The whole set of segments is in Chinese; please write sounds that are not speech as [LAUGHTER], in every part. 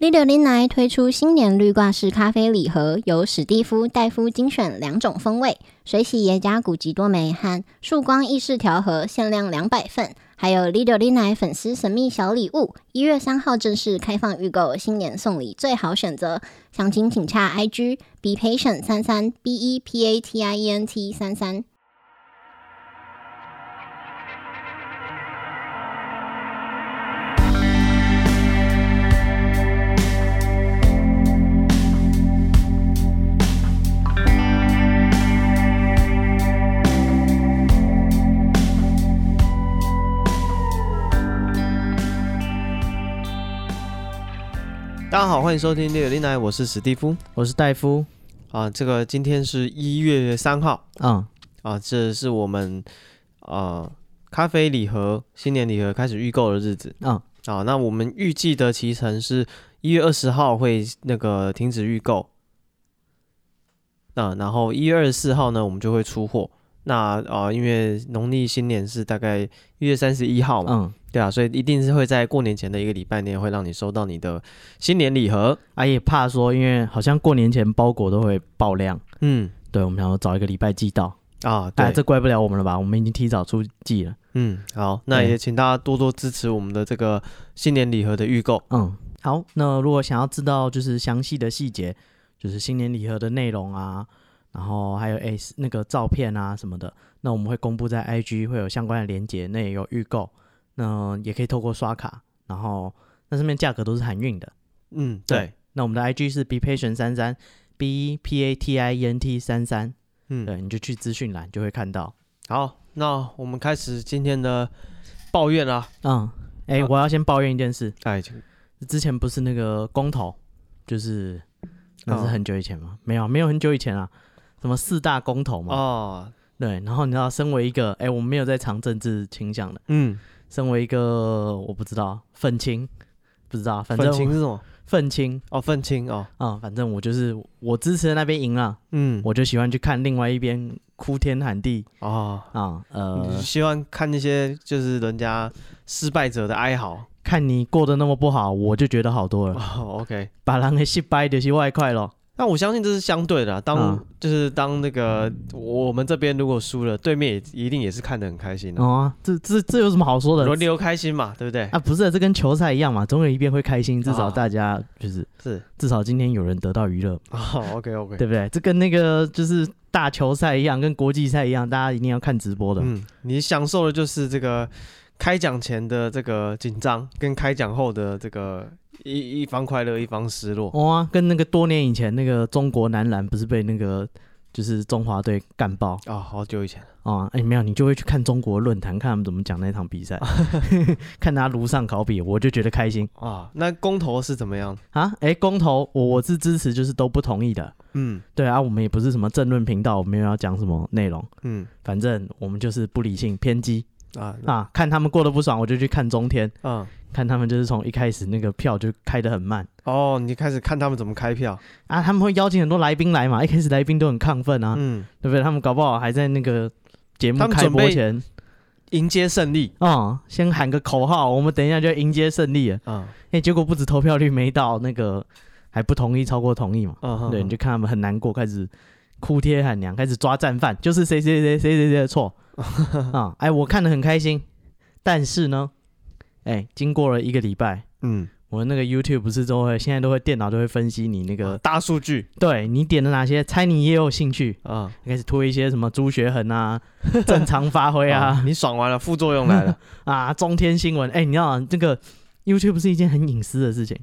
绿柳林来推出新年绿挂式咖啡礼盒，由史蒂夫、戴夫精选两种风味，水洗耶加古籍多梅和曙光意式调和，限量两百份。还有 Lido l i n a 粉丝神秘小礼物，一月三号正式开放预购，新年送礼最好选择。详情请洽 IG be patient 三三 b e p a t i e n t 三三。大家好，欢迎收听《六六奶》，我是史蒂夫我是戴夫。啊。这个今天是一月三号嗯，啊，这是我们啊咖啡礼盒、新年礼盒开始预购的日子。嗯啊，那我们预计的期程是一月二十号会那个停止预购，啊，然后一月二十四号呢，我们就会出货。那啊，因为农历新年是大概一月三十一号嘛，嗯，对啊，所以一定是会在过年前的一个礼拜内会让你收到你的新年礼盒。啊也怕说，因为好像过年前包裹都会爆量，嗯，对我们想要找一个礼拜寄到，啊，对，哎，这怪不了我们了吧？我们已经提早出寄了。嗯，好，那对也请大家多多支持我们的这个新年礼盒的预购。嗯，好，那如果想要知道就是详细的细节，就是新年礼盒的内容啊，然后还有哎那个照片啊什么的，那我们会公布在 IG 会有相关的连接，那也有预购，那也可以透过刷卡，然后那上面价格都是含运的。嗯，对对，那我们的 IG 是 be patient 三三 b e p a t i e n t 三三。嗯，对，你就去资讯栏就会看到。好，那我们开始今天的抱怨啦。嗯，哎、啊我要先抱怨一件事，哎，之前不是那个公投，就是那是哦很久以前吗？没有，没有很久以前啊，什么四大公投嘛。哦，对，然后你知道，身为一个哎、我们没有在藏政治倾向的，嗯，身为一个我不知道愤青，不知道，反愤正青是什么？愤青哦，愤青哦，啊、反正我就是我支持的那边赢了，嗯，我就喜欢去看另外一边哭天喊地哦，啊、你呃，希望看那些就是人家失败者的哀嚎。看你过得那么不好，我就觉得好多了。哦，OK。把人给失败就是外快咯。那我相信这是相对的啦，当、嗯就是当那个我们这边如果输了，对面也一定也是看得很开心的，啊哦，这这这有什么好说轮的？流开心嘛，对不对？啊，不是，这跟球赛一样嘛，总有一边会开心，至啊少大家就是是至少今天有人得到娱乐，哦，OK OK，对不对？这跟那个就是大球赛一样，跟国际赛一样，大家一定要看直播的。嗯，你享受的就是这个开奖前的这个紧张，跟开奖后的这个一一方快乐一方失落。哇、哦啊跟那个多年以前那个中国男篮不是被那个就是中华队干爆哦，好久以前了，啊？哎、没有，你就会去看中国论坛，看他们怎么讲那场 [LAUGHS] 比赛，看他如上考比，我就觉得开心啊，那公投是怎么样？啊！哎、公投，我我是支持，就是都不同意的。嗯对啊，我们也不是什么政论频道，我们也要讲什么内容，嗯反正我们就是不理性、偏激啊啊。看他们过得不爽，我就去看中天，嗯，看他们就是从一开始那个票就开得很慢哦，你开始看他们怎么开票。啊。他们会邀请很多来宾来嘛，一开始来宾都很亢奋啊，嗯，对不对？他们搞不好还在那个节目他们开准播备前迎接胜利。啊、先喊个口号，我们等一下就要迎接胜利了。嗯哎、结果不止投票率没到，那个还不同意超过同意嘛。嗯，对，你就看他们很难过，开始哭爹喊娘，开始抓战犯，就是谁谁谁谁谁谁 [LAUGHS] 的错啊！哎，我看得很开心，但是呢，哎，经过了一个礼拜，嗯我那个 YouTube 不是都会现在都会电脑都会分析你那个个，大数据对你点了哪些，猜你也有兴趣，啊，开始推一些什么朱学恒啊，正常发挥对 [LAUGHS] 啊哦你爽完了，副作用来 [LAUGHS] 了。啊，中天新闻，哎，你知道这个 YouTube 是一件很隐私的事情。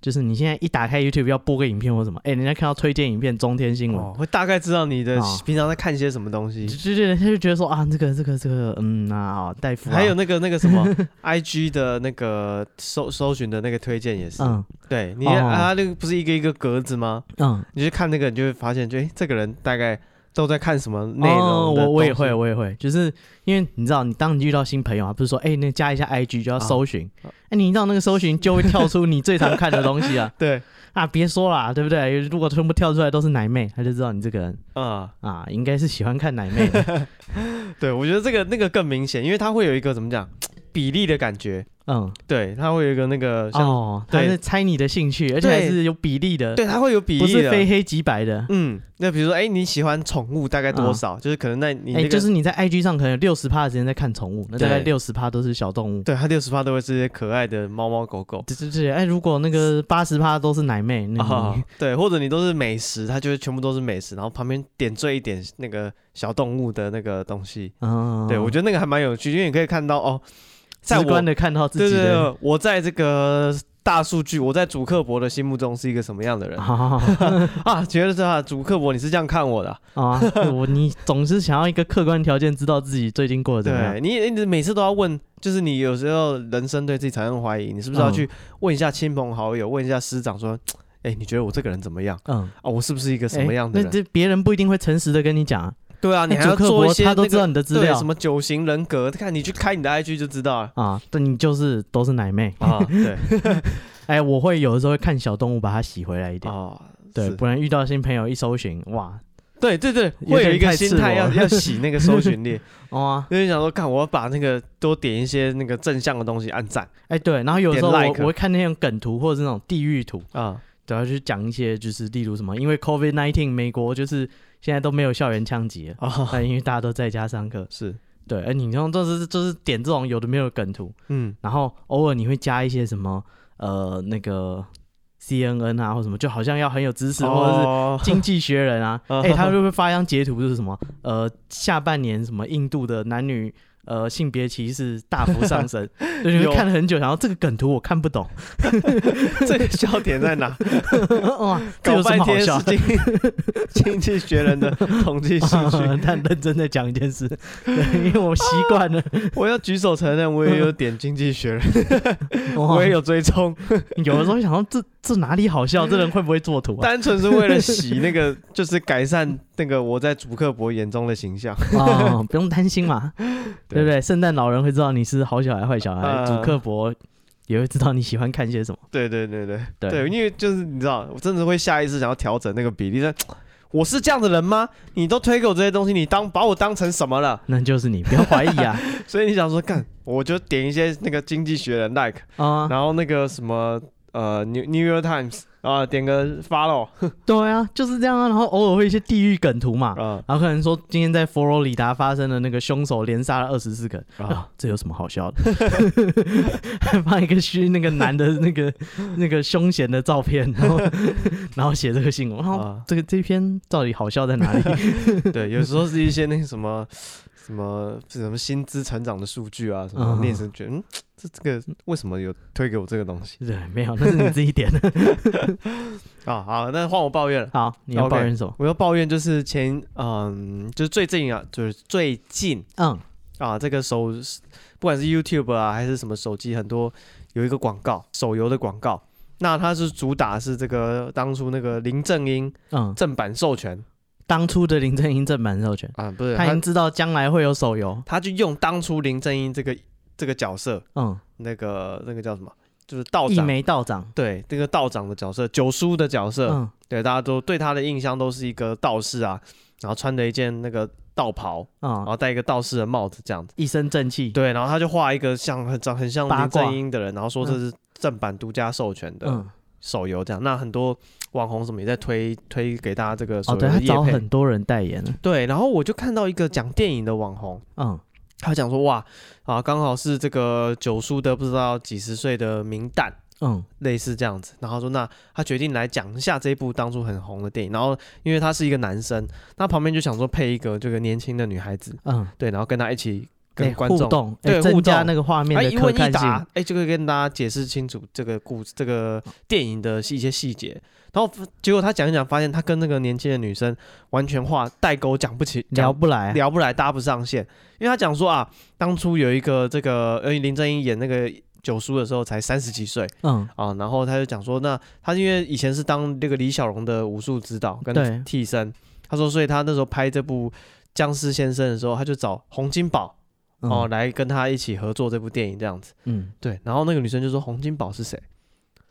就是你现在一打开 YouTube 要播个影片或什么，哎、人家看到推荐影片中天新闻，哦，会大概知道你的嗯哦平常在看些什么东西。就就他就觉得说啊，这个这个这个，嗯啊，哦大夫、啊，还有那个那个什 [LAUGHS] 么 IG 的那个搜搜寻的那个推荐也是，嗯对你哦啊，那个不是一个一个格子吗？嗯，你去看那个，你就会发现，就哎，诶这个人大概都在看什么内哦容的东西。我我也会，我也会，就是因为你知道，你当你遇到新朋友啊，不是说哎、那加一下 IG 就要搜寻，哎、啊你一到那个搜寻就会跳出你最常看的东西啊 [LAUGHS] 对，啊，别说啦，对不对？如果全部跳出来都是奶妹，他就知道你这个人啊，啊，应该是喜欢看奶妹的 [LAUGHS] 对，我觉得这个那个更明显，因为它会有一个怎么讲比例的感觉嗯，对，它会有一个那个像，哦，它对是猜你的兴趣，而且还对是有比例的，对，它会有比不例是的。非黑即白的。嗯，那比如说，哎、你喜欢宠物大概多嗯少？就是可能那你那哎，个，就是你在 IG 上可能有六十趴的时间在看宠物，那大概对六十趴都是小动物。对它六十趴都会是一些可爱的猫猫 [LAUGHS] 狗狗。对对对，哎，如果那个八十趴都是奶妹，那啊、你对，或者你都是美食，它就会全部都是美食，然后旁边点缀一点那个小动物的那个东西。嗯，对，我觉得那个还蛮有趣，因为你可以看到哦，在直我观的看到自己对对的。对，我在这个大数据，我在主客博的心目中是一个什么样的 [LAUGHS] 人好啊？觉得是啊，主客博你是这样看我的啊、啊，我你总是想要一个客观条件，知道自己最近过得怎么样。对你，你每次都要问，就是你有时候人生对自己产生怀疑，你是不是要嗯去问一下亲朋好友，问一下师长说，哎、你觉得我这个人怎么样嗯，啊？我是不是一个什么哎样的那人？这别人不一定会诚实的跟你讲啊。对啊，你还那要主客做一博些、他那个、都知道你的资对料什么九型人格，看你去开你的 IG 就知道了。啊，但你就是都是奶妹。 [LAUGHS] 啊， [LAUGHS] 对，哎，我会有的时候会看小动物，把它洗回来一点。哦，对，是不然遇到新朋友一搜寻，哇，对对对，有会有点一个太心赤态裸要 [LAUGHS] 了要洗那个搜寻 [LAUGHS] 列，哦啊，就是想说，看我要把那个多点一些那个正向的东西按赞哎，对，然后有时候我、点 like 我会看那种梗图或者是那种地域图，啊，主要去讲一些就是例如什么，因为 COVID nineteen 美国就是现在都没有校园枪击了，啊， [LAUGHS] 那、因为大家都在家上课，是，对，哎，你用就是就是点这种有的没有的梗图，嗯，然后偶尔你会加一些什么呃那个 CNN 啊或什么，就好像要很有知识、或者是哦经济学人啊，哦哎、他就会发一张截图，就是什么呃，下半年什么印度的男女呃性别歧视大幅 [LAUGHS] 上升，就你有会看了很久，然后这个梗图我看 [LAUGHS] 不懂， [LAUGHS] 这个笑点在 [LAUGHS] 哪？哇，这搞有什半么好天笑是？经经济 [LAUGHS] 学人的统计 [LAUGHS] 数据，但认真的讲一件事，对因为我习惯了，我要举手承认，我也有点经济学 [LAUGHS] 人，哇我也有追踪，有的时候想到这这哪里好笑，这人会不会做图啊？单纯是为了洗那 [LAUGHS] 个，就是改善那个我在主客博眼中的形象。 [LAUGHS] 哦，不用担心嘛，对对不对？圣诞老人会知道你是好小孩、坏小孩，呃主客博也会知道你喜欢看些什么，对对对对对对，因为就是你知道，我真的会下意识想要调整那个比例，但我是这样的人吗？你都推给我这些东西，你当把我当成什么了？ [LAUGHS] 那就是你，不要怀疑啊所以你想说干，我就点一些那个经济学人 like，啊！然 [LAUGHS] 后那个什么呃 New New York Times 啊、点个 follow 对啊，就是这样啊。然后偶尔会一些地狱梗图嘛，啊、然后可能说今天在佛罗里达发生的那个凶手连杀了二十四个人啊啊，这有什么好 [LAUGHS] 笑的？还放一个虚那个男的那个那个凶险的照片，[LAUGHS] 然后然后写这个新 [LAUGHS] 闻，然后啊，这个这篇到底好笑 [LAUGHS] 在哪里？ [LAUGHS] 对，有时候是一些那个什么什么什么薪资成长的数据啊，什么嗯你也是觉得嗯，这这个为什么有推给我这个东西对，没有，那是你自己点 [LAUGHS] 的。啊？好，那换我抱怨了。好， [LAUGHS] 你要 OK 抱怨什么？我要抱怨就是前，嗯，就是最近啊，就是最近嗯，啊，这个手不管是 YouTube 啊，还是什么手机，很多有一个广告，手游的广告。那它是主打是这个当初那个林正英嗯，正版授权当初的林正英正版授权，啊，不是他已他经，知道将来会有手游。他就用当初林正英这个这个角色，嗯，那个那个叫什么，就是道一长，枚道长。对，那个道长的角色，九叔的角色，嗯对，大家都对他的印象都是一个道士啊，然后穿着一件那个道袍，然嗯，后戴一个道士的帽子这样子。一身正气。哦对，然后他就画一个像很长很像八林卦正英的人，然后说这是正版独家授权的嗯，手游这样。那很多网红什么也在推推给大家这个手哦，游对他的业找配。很多人代言了。对，然后我就看到一个讲电影的网红，嗯他讲说哇啊，刚好是这个九叔的不知道几十岁的明旦。嗯类似这样子，然后说那他决定来讲一下这一部当初很红的电影，然后因为他是一个男生，那旁边就想说配一个这个年轻的女孩子，嗯，对，然后跟他一起哎跟观互众动，哎对互增加动那个画面哎，的一可问一看性答。，哎，就会跟大家解释清楚这个故事、这个电影的一些细节。然后结果他讲一讲，发现他跟那个年轻的女生完全话代沟讲不起，聊讲不来，聊不来，搭不上线。因为他讲说啊，当初有一个这个，呃，林正英演那个九叔的时候才三十几岁嗯，啊，然后他就讲说，那他因为以前是当这个李小龙的武术指导对跟替身，他说，所以他那时候拍这部《僵尸先生》的时候，他就找洪金宝嗯哦，来跟他一起合作这部电影这样子。嗯，对，然后那个女生就说洪金宝是谁？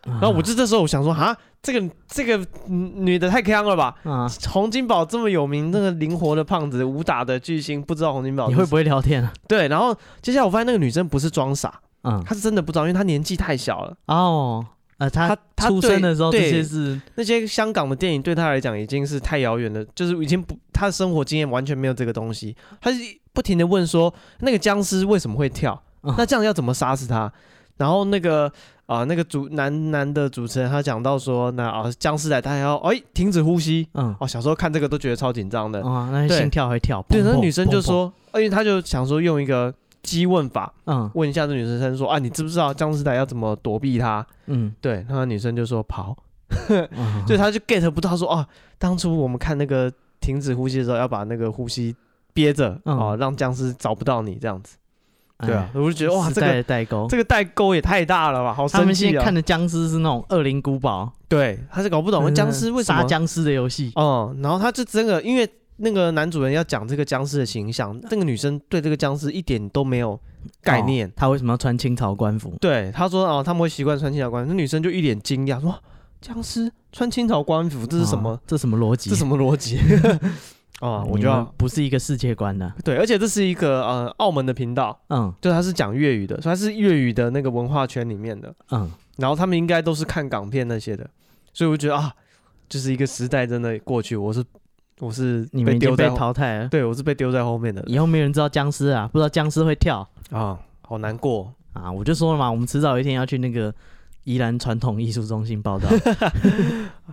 然然后我就这时候我想说，哈，这个这个嗯女的太坑了吧！啊，洪金宝这么有名，那个灵活的胖子，武打的巨星，不知道洪金宝你是会不会聊天啊？对？然后接下来我发现那个女生不是装傻，嗯，他是真的不知道，因为他年纪太小了。哦，呃，他他他出对生的时候这对些是那些香港的电影对他来讲已经是太遥远了，就是已经不他的生活经验完全没有这个东西。他是不停的问说，那个僵尸为什么会 [LAUGHS] 跳嗯？那这样要怎么杀死他？然后那个啊、那个主男男的主持人他讲到说，那啊、僵尸来，他还要哎停止呼吸。嗯哦，小时候看这个都觉得超紧张的。啊，那对心跳会跳。对，砰那砰女生就砰砰说，而且他就想说用一个激问法嗯问一下这女生说啊，你知不知道僵尸来要怎么躲避他？嗯，对，那女生就说跑。嗯所以他就 get 不到说哦，当初我们看那个停止呼吸的时候，要把那个呼吸憋着、嗯哦，让僵尸找不到你这样子。对啊，哎我就觉得哇，时这代个的代沟。这个代沟也太大了吧，好他生们现气在啊！看的僵尸是那种《恶灵古堡对，他是搞不》懂嗯，僵尸为什杀么僵尸的游戏？哦、然后他就真的因为那个男主人要讲这个僵尸的形象，那个女生对这个僵尸一点都没有概念。哦他为什么要穿清朝官服？对，他说哦，他们会习惯穿清朝官服，那女生就一脸惊讶说：“僵尸穿清朝官服，这是什么？啊？这什么逻辑？这什么逻辑？” [LAUGHS] 啊、我你就要们不是一个世界观的。对，而且这是一个呃澳门的频道，嗯就它是讲粤语的，所以它是粤语的那个文化圈里面的。嗯，然后他们应该都是看港片那些的，所以我就觉得啊，就是一个时代真的过去，我是我是你们已经丢被在后，淘汰了，对我是被丢在后面的以后没有人知道僵尸啊，不知道僵尸会跳啊，好难过。啊。我就说了嘛，我们迟早有一天要去那个宜兰传统艺术中 [LAUGHS] 心报道，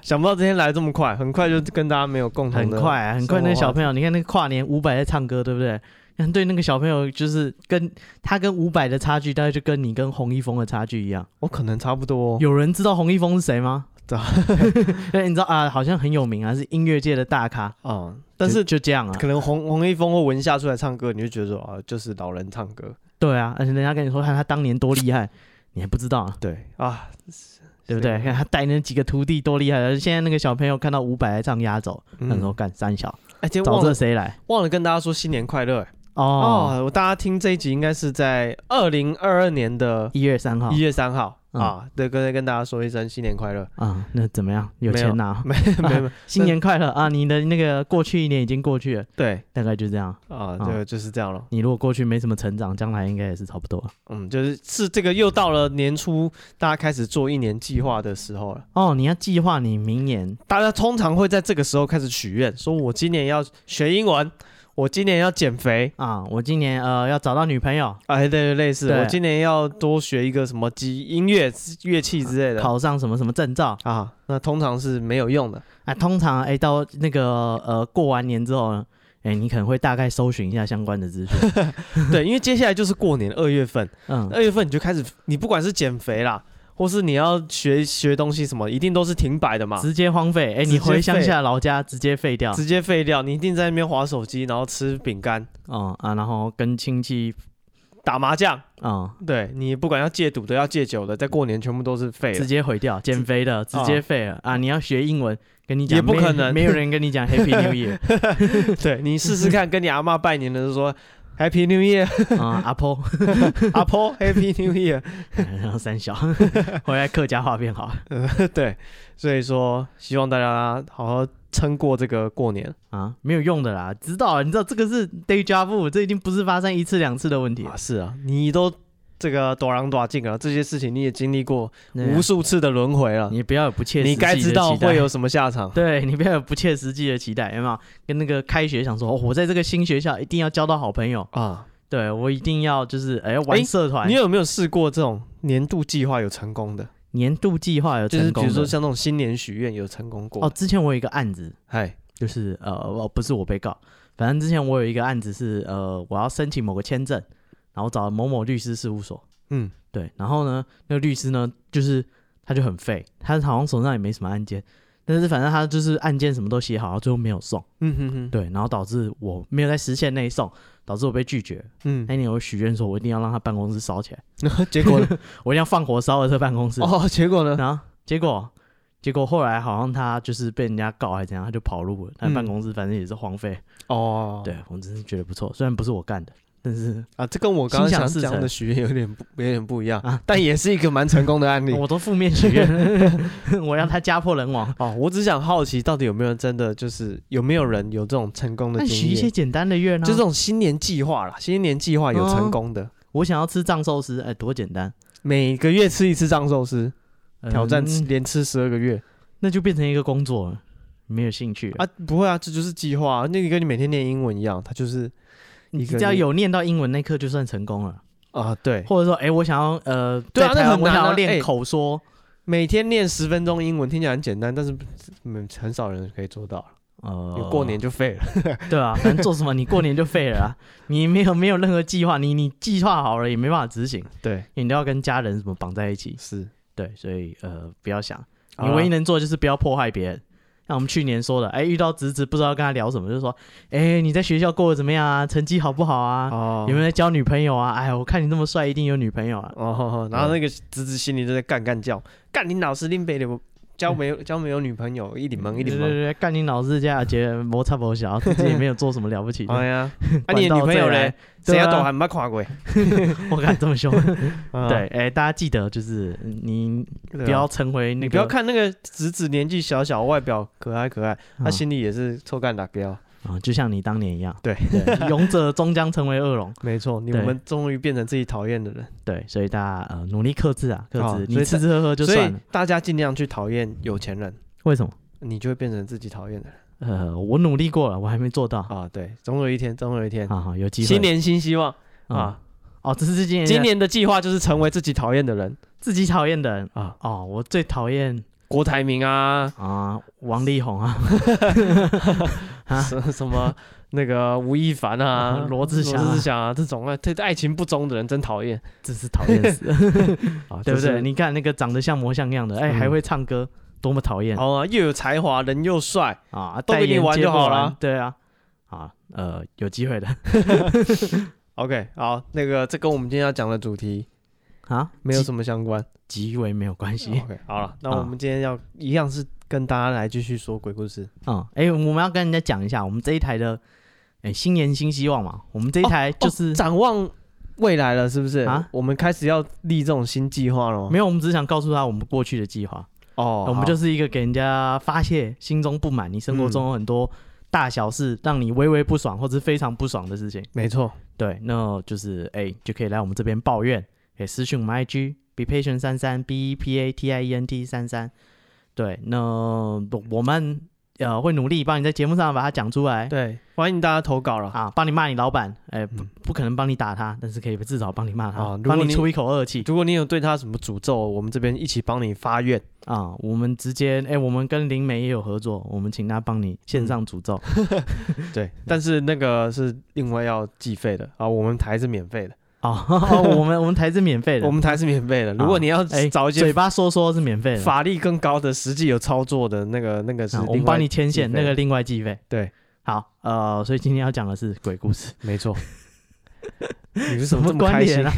想不到今天来这么快，很快就跟大家没有共同很的，快、啊、很快。那个小朋友，你看那个跨年伍佰在唱歌，对不对？看对那个小朋友，就是跟他跟伍佰的差距，大概就跟你跟洪一峰的差距一样。我可能差不多、哦有人知道洪一峰是谁吗？知道， [LAUGHS] 对，你知道啊，好像很有名啊，是音乐界的大咖。啊、但就是就这样啊可，能红红一峰或文夏出来唱歌，你就觉得说啊，就是老人唱歌，对啊，而且人家跟你说看他当年多厉害，你还不知道啊，对啊，对不对？看他带那几个徒弟多厉害，现在那个小朋友看到伍佰来唱压轴，嗯他说干三小，哎，今天找忘这了谁来？忘了跟大家说新年快乐、哦，哦，我大家听这一集应该是在二零二二年的一月三号一，月三号、嗯啊，对，跟跟大家说一声新年快乐，啊，那怎么样？有没有钱拿，没没没，新年快乐啊！你的那个过去一年已经过去了，对大概就这样。啊，嗯对，就是这样了，你如果过去没什么成长，将来应该也是差不多。嗯，就是是这个又到了年初，大家开始做一年计划的时候了，哦，你要计划你明年大家通常会在这个时候开始许愿，说我今年要学英文，我今年要减肥。啊，我今年呃要找到女朋友，哎，对对，类似，对我今年要多学一个什么机音乐乐器之类的考上什么什么证照啊，那通常是没有用的。啊。通常哎、到那个呃过完年之后呢，哎、你可能会大概搜寻一下相关的 [LAUGHS] 资讯。对，因为接下来就是过年二月份，嗯，二月份你就开始，你不管是减肥啦，或是你要学学东西什么，一定都是停摆的嘛，直接荒废哎、直你接回乡废下老家直接废掉。直接废掉。你一定在那边划手机，然后吃饼干、嗯啊，然后跟亲戚打麻将。啊、对你不管要戒赌的、要戒酒的，在过年全部都是废直了。哦接毁掉，减肥的直接废了啊你要学英文，跟你讲也不没可能没有人跟你讲 Happy New [LAUGHS] Year 对你试试看，跟你阿妈拜年的时候说 Happy New [LAUGHS] Year，啊，阿婆，阿婆 Happy New Year。然后 [LAUGHS] 三小回来客家话变好对，所以说希望大家好好撑过这个过年啊，没有用的啦，知道了，你知道这个是 day job，这已经不是发生一次两次的问题了啊！。是啊，你都这个多狼多进了，这些事情你也经历过对啊无数次的轮回了。你不要有不切实际你的该知道期待。会有，什么下场对你不要有不切实际的期待，有没有？跟那个开学想说，哦我在这个新学校一定要交到好朋友，啊，对我一定要就是哎、玩哎社团，你有没有试过这种年度计划有成功的？年度计划有就成是比功的如说像那种新年许愿有成功哦，过？之前我有一个案子，哎，就是呃哦不是我被告，反正之前我有一个案子是呃我要申请某个签证，然后找了某某律师事务所，嗯，对，然后呢，那个律师呢，就是他就很废，他好像手上也没什么案件，但是反正他就是案件什么都写好，然后最后没有送，嗯哼哼，，对，然后导致我没有在时限内送，导致我被拒绝。嗯 [LAUGHS] 那，一年我许愿说，我一定要让他办公室烧起来，结果呢？我一定要放火烧了这办公室。 [LAUGHS] 哦，结果呢？然后结果，结果后来好像他就是被人家告还是怎样，他就跑路了。他嗯办公室反正也是荒废。哦，对我真是觉得不错，虽然不是我干的，[LAUGHS] 但是啊，这跟我刚刚心想想事讲成的许愿有点不有点不一样啊， [LAUGHS] 但也是一个蛮成功的案例。 [LAUGHS] 我都负面许愿， [LAUGHS] 我要他家破人亡。哦，我只想好奇，到底有没有人真的就是有没有人有这种成功的那许经一些验？简单的愿呢、哦就这种新年计划啦，新年计划有成功的，我我想要吃藏寿司，哎，多简单！每个月吃一次藏寿司，挑战吃嗯连吃十二个月那就变成一个工作了，没有兴趣了啊！不会啊，这就是计划、啊。那个跟你每天念英文一样，它就是你一个只要月有念到英文那课就算成功了，啊，对，或者说，哎、我想要呃，对啊在台那湾很难啊我想要哎练口说，每天念十分钟英文，听起来很简单，但是嗯，很少人可以做到。你呃，过年就废了，对啊，反正做什么你过年就废了啊，你没有没有任何计划，你你计划好了也没办法执行， [LAUGHS] 对，因为你都要跟家人什么绑在一起，是。对，所以呃，不要想，好你啦唯一能做的就是不要迫害别人。像我们去年说的，哎、遇到侄子不知道跟他聊什么，就说，哎、你在学校过得怎么样啊？成绩好不好啊？哦有没有在交女朋友啊？哎，我看你这么帅，一定有女朋友啊。哦，然后那个侄子心里就在干干叫，干你老师林北的，我交没有交没有女朋友，一脸懵一对脸对懵。对，干你老师家觉得摩擦摩小，自己也没有做什么了不起的。哎 [LAUGHS] 呀，啊你的女朋友嘞？谁对啊要懂还没看过？我敢这么凶。啊 [LAUGHS] 对，哎，大家记得就是嗯你对啊不要成为那你个，不要看那个侄子年纪小小，外表可爱可爱，他嗯心里也是臭干打标。啊，就像你当年一样。 [LAUGHS] 对对，勇者终将成为恶龙。没错，你对我们终于变成自己讨厌的人，对，所以大家呃努力克制啊，克哦所制，你以吃吃喝喝就所算以了。大家尽量去讨厌有钱人，为什么？你就会变成自己讨厌的人呃，我努力过了，我还没做到。啊！对，总有一天，啊总有一天，好好，有机会。新年新希望啊啊！，哦，这是今年今年的计划就是成为自己讨厌的人自己讨厌的人啊，哦，我最讨厌郭台铭啊，啊王力宏啊，啊什什 [LAUGHS] 么那个吴亦凡啊啊，罗志祥啊罗志祥啊，这种啊，对爱情不忠的人真讨厌真是讨厌 [LAUGHS] 死了，啊，对就不是对？你看那个长得像模像样的，哎，嗯还会唱歌，多么讨厌好啊，又有才华，人又帅，啊！都代给你言玩接就不好完啦对啊，啊，呃，有机 [LAUGHS] 会的 OK，好，那个这跟我们今天要讲的主题啊，没有极什么相关。极为没有关系 OK，好了，那啊我们今天要一样是跟大家来继续说鬼故事。啊。哎，我们要跟人家讲一下，我们这一台的哎新年新希望嘛，我们哦这一台就是展望未来了，是不是？啊我们开始要立这种新计划了吗。没有，我们只是想告诉他我们过去的计划，哦，我们就是是一个给人家发泄心中不满，你生活中有很多大小事让你微微不爽或者非常不爽的事情。没错。对，那就是哎、就可以来我们这边抱怨，可以私讯我们 IG be patient 三三 b e p a t i e n t 三三。对，那我们呃会努力帮你在节目上把它讲出来。对，欢迎大家投稿了。啊，帮你骂你老板，哎、不不可能帮你打他，但是可以至少帮你骂他，啊如果帮你你出一口恶气如果你有对他什么诅咒，我们这边一起帮你发 [LAUGHS] 愿。啊。我们直接，哎、我们跟灵媒也有合作，我们请他帮你线嗯上诅咒、对，但是那个是另外要计费的啊，我们台是免费的， [LAUGHS] 啊。我们我们台是免费的，我们台是免费的。如果你要哎、找一些嘴巴说说是免费的，啊法力更高的、实际有操作的那个，那个是啊、我另们外帮你牵线，计费那个另外计费。对，好，呃，所以今天要讲的是鬼故 [LAUGHS] 事，没 [LAUGHS] 错。你为什什 [LAUGHS] 么这么关开心联啊？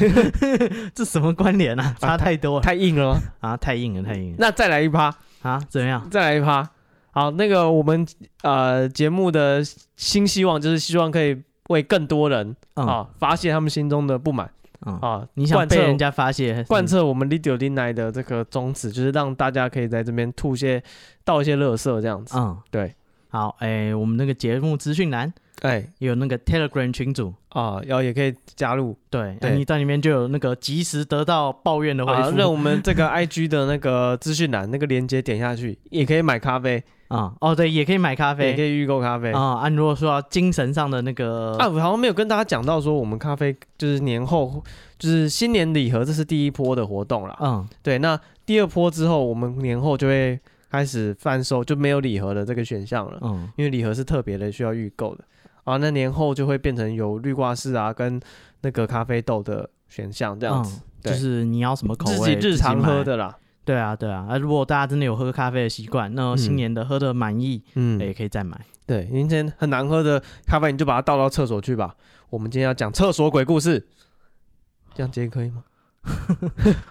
[LAUGHS] 这什么关联啊？差太多了太硬 [LAUGHS] 了吗。啊！太硬了，太硬了那再来一趴，啊！怎么样？再来一趴。好，那个我们呃节目的新希望就是希望可以为更多人啊、嗯、发泄他们心中的不满嗯，啊，你想贯彻被人家发泄，贯彻我们 Lidio l i n a 的这个宗旨，就是让大家可以在这边吐些倒一些垃圾这样子。嗯，对。好，哎、我们那个节目资讯栏哎有那个 Telegram 群组，啊，要、也可以加入对，对哎你在里面就有那个及时得到抱怨的回啊，复。让我们这个 IG 的那个资讯栏那个链接点下去，也可以买咖啡，啊、哦，对，也可以买咖也可啡以预购咖啡。啊。按、如果说要精神上的那个啊，我好像没有跟大家讲到说，我们咖啡就是年后，就是新年礼盒，这是第一波的活动啦。嗯，对，那第二波之后，我们年后就会开始贩售，就没有礼盒的这个选项了，嗯因为礼盒是特别的需要预购的啊。那年后就会变成有绿挂式啊，跟那个咖啡豆的选项这样子，嗯对就是你要什么嗯口自己味，日常买喝。的啦。对啊，对啊。啊，如果大家真的有喝咖啡的习惯，那嗯新年的喝的满意，嗯，也可以再买。对，明天很难喝的咖啡，你就把它倒到厕所去吧。我们今天要讲厕所鬼故事，这样接可以吗？